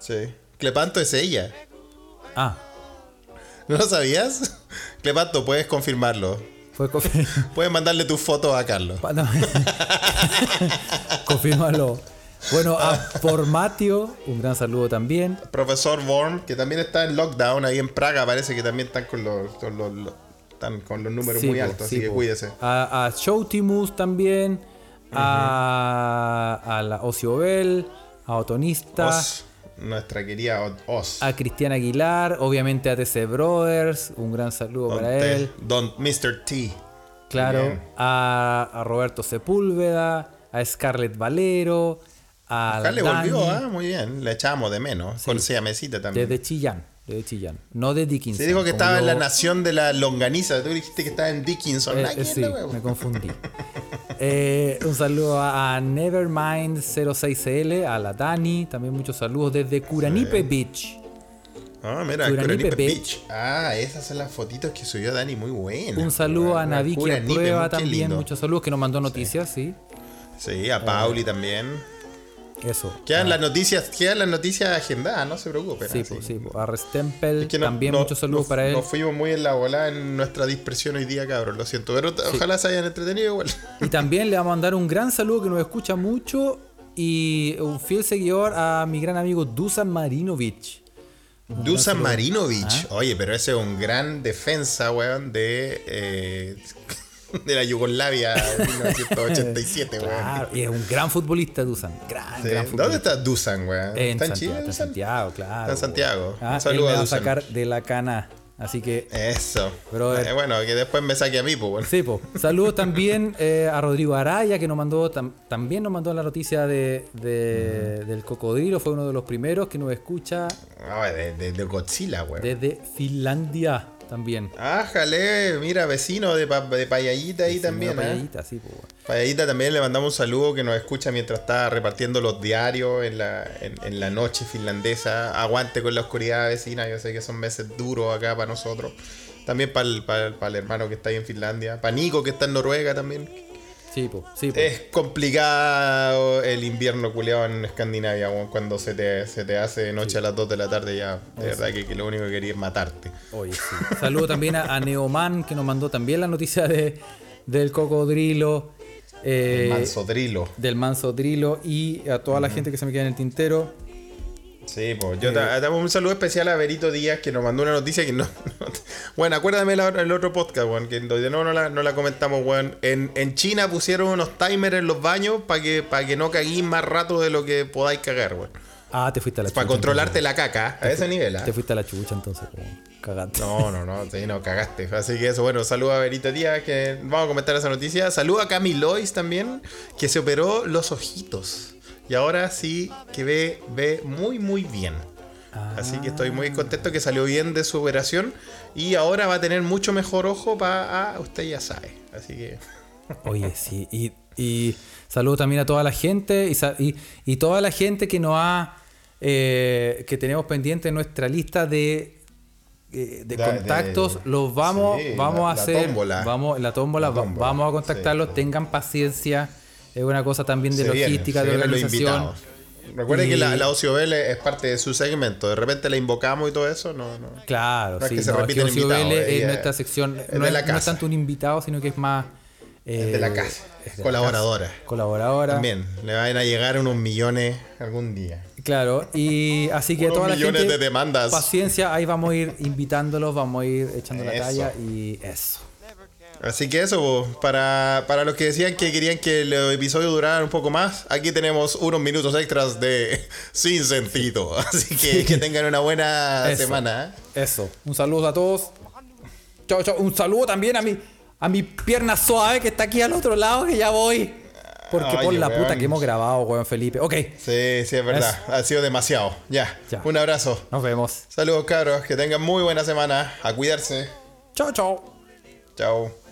Sí. Clepanto es ella. Ah, ¿No lo sabías? Clepanto, puedes confirmarlo. fue confi- Puedes mandarle tus fotos a Carlos. pa- no. Confírmalo. Bueno, a Formatio, un gran saludo también. Profesor Worm, que también está en lockdown ahí en Praga, parece que también están con los, con los, los- están con los números Sí, muy po, altos, sí, pues. así que po. cuídese. A, a Showtimus también. A, a la Ociobel. A Otonista. Oz, nuestra querida Oz- Oz. A Cristian Aguilar. Obviamente a TC Brothers. Un gran saludo Don, para T- él. Don Mr. T. Claro. Bien. A, a Roberto Sepúlveda. A Scarlett Valero. A Acá le Dani, volvió, ah, muy bien. Le echamos de menos. Con esa mesita también. Desde Chillán. Desde Chillán. No de Dickinson. Se dijo que como estaba en la yo- nación de la longaniza. Tú dijiste que estaba en Dickinson. Eh, Ay, eh, ¿quién sí, la huevo? me confundí. Eh, un saludo a a Nevermind06CL, a la Dani, también muchos saludos desde Curanipe Beach. Ah, mira, Curanipe Curanipe Beach. Beach. Ah, esas son las fotitos que subió Dani, muy buenas. Un saludo a Buenas, Naviki a Curanipe, Prueba muy también, lindo. muchos saludos que nos mandó noticias, sí. Sí, a Ah. Pauli también. Eso. Quedan las noticias, quedan las noticias agendadas, no se preocupen. Ah. Sí, así. pues, sí, pues. a Restempel, Es que no- también no- muchos saludos no- para él. Nos fuimos muy en la volada en nuestra dispersión hoy día, cabrón. Lo siento, pero t- ojalá se hayan entretenido igual. Y también le vamos a mandar un gran saludo que nos escucha mucho y un fiel seguidor a mi gran amigo Dusan Marinovich. Dusan Marinovic. Ah. Oye, pero ese es un gran defensa, weón, de, eh, de la Yugoslavia de 1987, weón. Claro, y es un gran futbolista Dusan, gran, Sí. gran ¿Dónde futbolista. está Dusan, weón? En ¿Está en Santiago, Chile? está en Dusan? Santiago, claro. Está en Santiago. Ah, Un saludo él me a va a Dusan. sacar de la cana. Así que, Eso. Brother. Eh, bueno, que después me saque a mí, pues, weón. sí, po. Saludos también eh, a Rodrigo Araya, que nos mandó tam- también nos mandó la noticia de, de- del cocodrilo. Fue uno de los primeros que nos escucha Ah, de, de- de Godzilla, weón. desde Finlandia también. Ájale, mira, vecino de, pa- de Payallita ahí también. Señora ¿eh? Payallita, sí, po, weón. Payallita también le mandamos un saludo que nos escucha mientras está repartiendo los diarios en la, en, en la noche finlandesa. Aguante con la oscuridad vecina, yo sé que son meses duros acá para nosotros. También para el, para el- para el hermano que está ahí en Finlandia. Para Nico que está en Noruega también. Sí, po, sí, po. Es complicado el invierno culeado en Escandinavia, weón, cuando se te, se te hace de noche a las 2 de la tarde ya. De verdad que, que lo único que quería es matarte. Oye, sí. Saludo también a, a Neoman, que nos mandó también la noticia de, del cocodrilo. Eh, Manzodrilo. del manso drilo y a toda la gente que se me queda en el tintero. Sí, pues Eh. yo ta- damos un saludo especial a Berito Díaz que nos mandó una noticia que no. bueno, acuérdame la- el otro podcast, weón, que de nuevo no la, no la comentamos, weón. En, en China pusieron unos timers en los baños para que, para que no caguéis más rato de lo que podáis cagar, weón. Ah, te fuiste a la Para chucha, controlarte la caca, a ese nivel, ¿ah? Te fuiste a la chucha entonces, po. cagaste. No, no, no, sí, no, cagaste. Así que eso, bueno, saludo a Berito Díaz, que vamos a comentar esa noticia. Saludo a Cami Lois también, que se operó los ojitos. Y ahora sí que ve, ve muy, muy bien. Así que estoy muy contento que salió bien de su operación. Y ahora va a tener mucho mejor ojo para. ah, usted ya sabe. Así que. Oye, sí. Y, y saludo también a toda la gente y, sa- y- y toda la gente que nos ha. eh, que tenemos pendiente en nuestra lista de. eh, de Da- de- contactos los vamos sí, vamos la- a la hacer tómbola. vamos la tómbola, La va- tómbola, vamos a sí, contactarlos sí. tengan paciencia es una cosa también de se viene, logística se de vienen los organización invitados. Recuerden Y- que la, la Ocio Vélez es parte de su segmento. De repente la invocamos y todo eso. No, no. Claro, No es sí, que se no, es repiten que Ocio invitados, Vélez eh, en ya- nuestra sección es no de es, la no es casa. tanto un invitado, sino que es más. eh, de la casa. es de la Colaboradora. casa, Colaboradora. También, le van a llegar unos millones algún día. Claro, y así que Unos toda la millones gente, de demandas. Paciencia, ahí vamos a ir invitándolos, vamos a ir echando la Eso. talla y eso. Así que eso, po, para, para los que decían que querían que el episodio durara un poco más, aquí tenemos unos minutos extras de Sin Sentido. Así que que tengan una buena Eso. semana. ¿eh? Eso. Un saludo a todos. Chao, chao. Un saludo también a mi, a mi pierna suave que está aquí al otro lado, que ya voy. Porque por Oye, la puta weón. que hemos grabado, weón Felipe. Ok, Sí, sí, es verdad. Ha sido demasiado. Ya. Ya. Un abrazo. nos vemos. Saludos, cabros. Que tengan muy buena semana. A cuidarse. Chao, chao. Chao.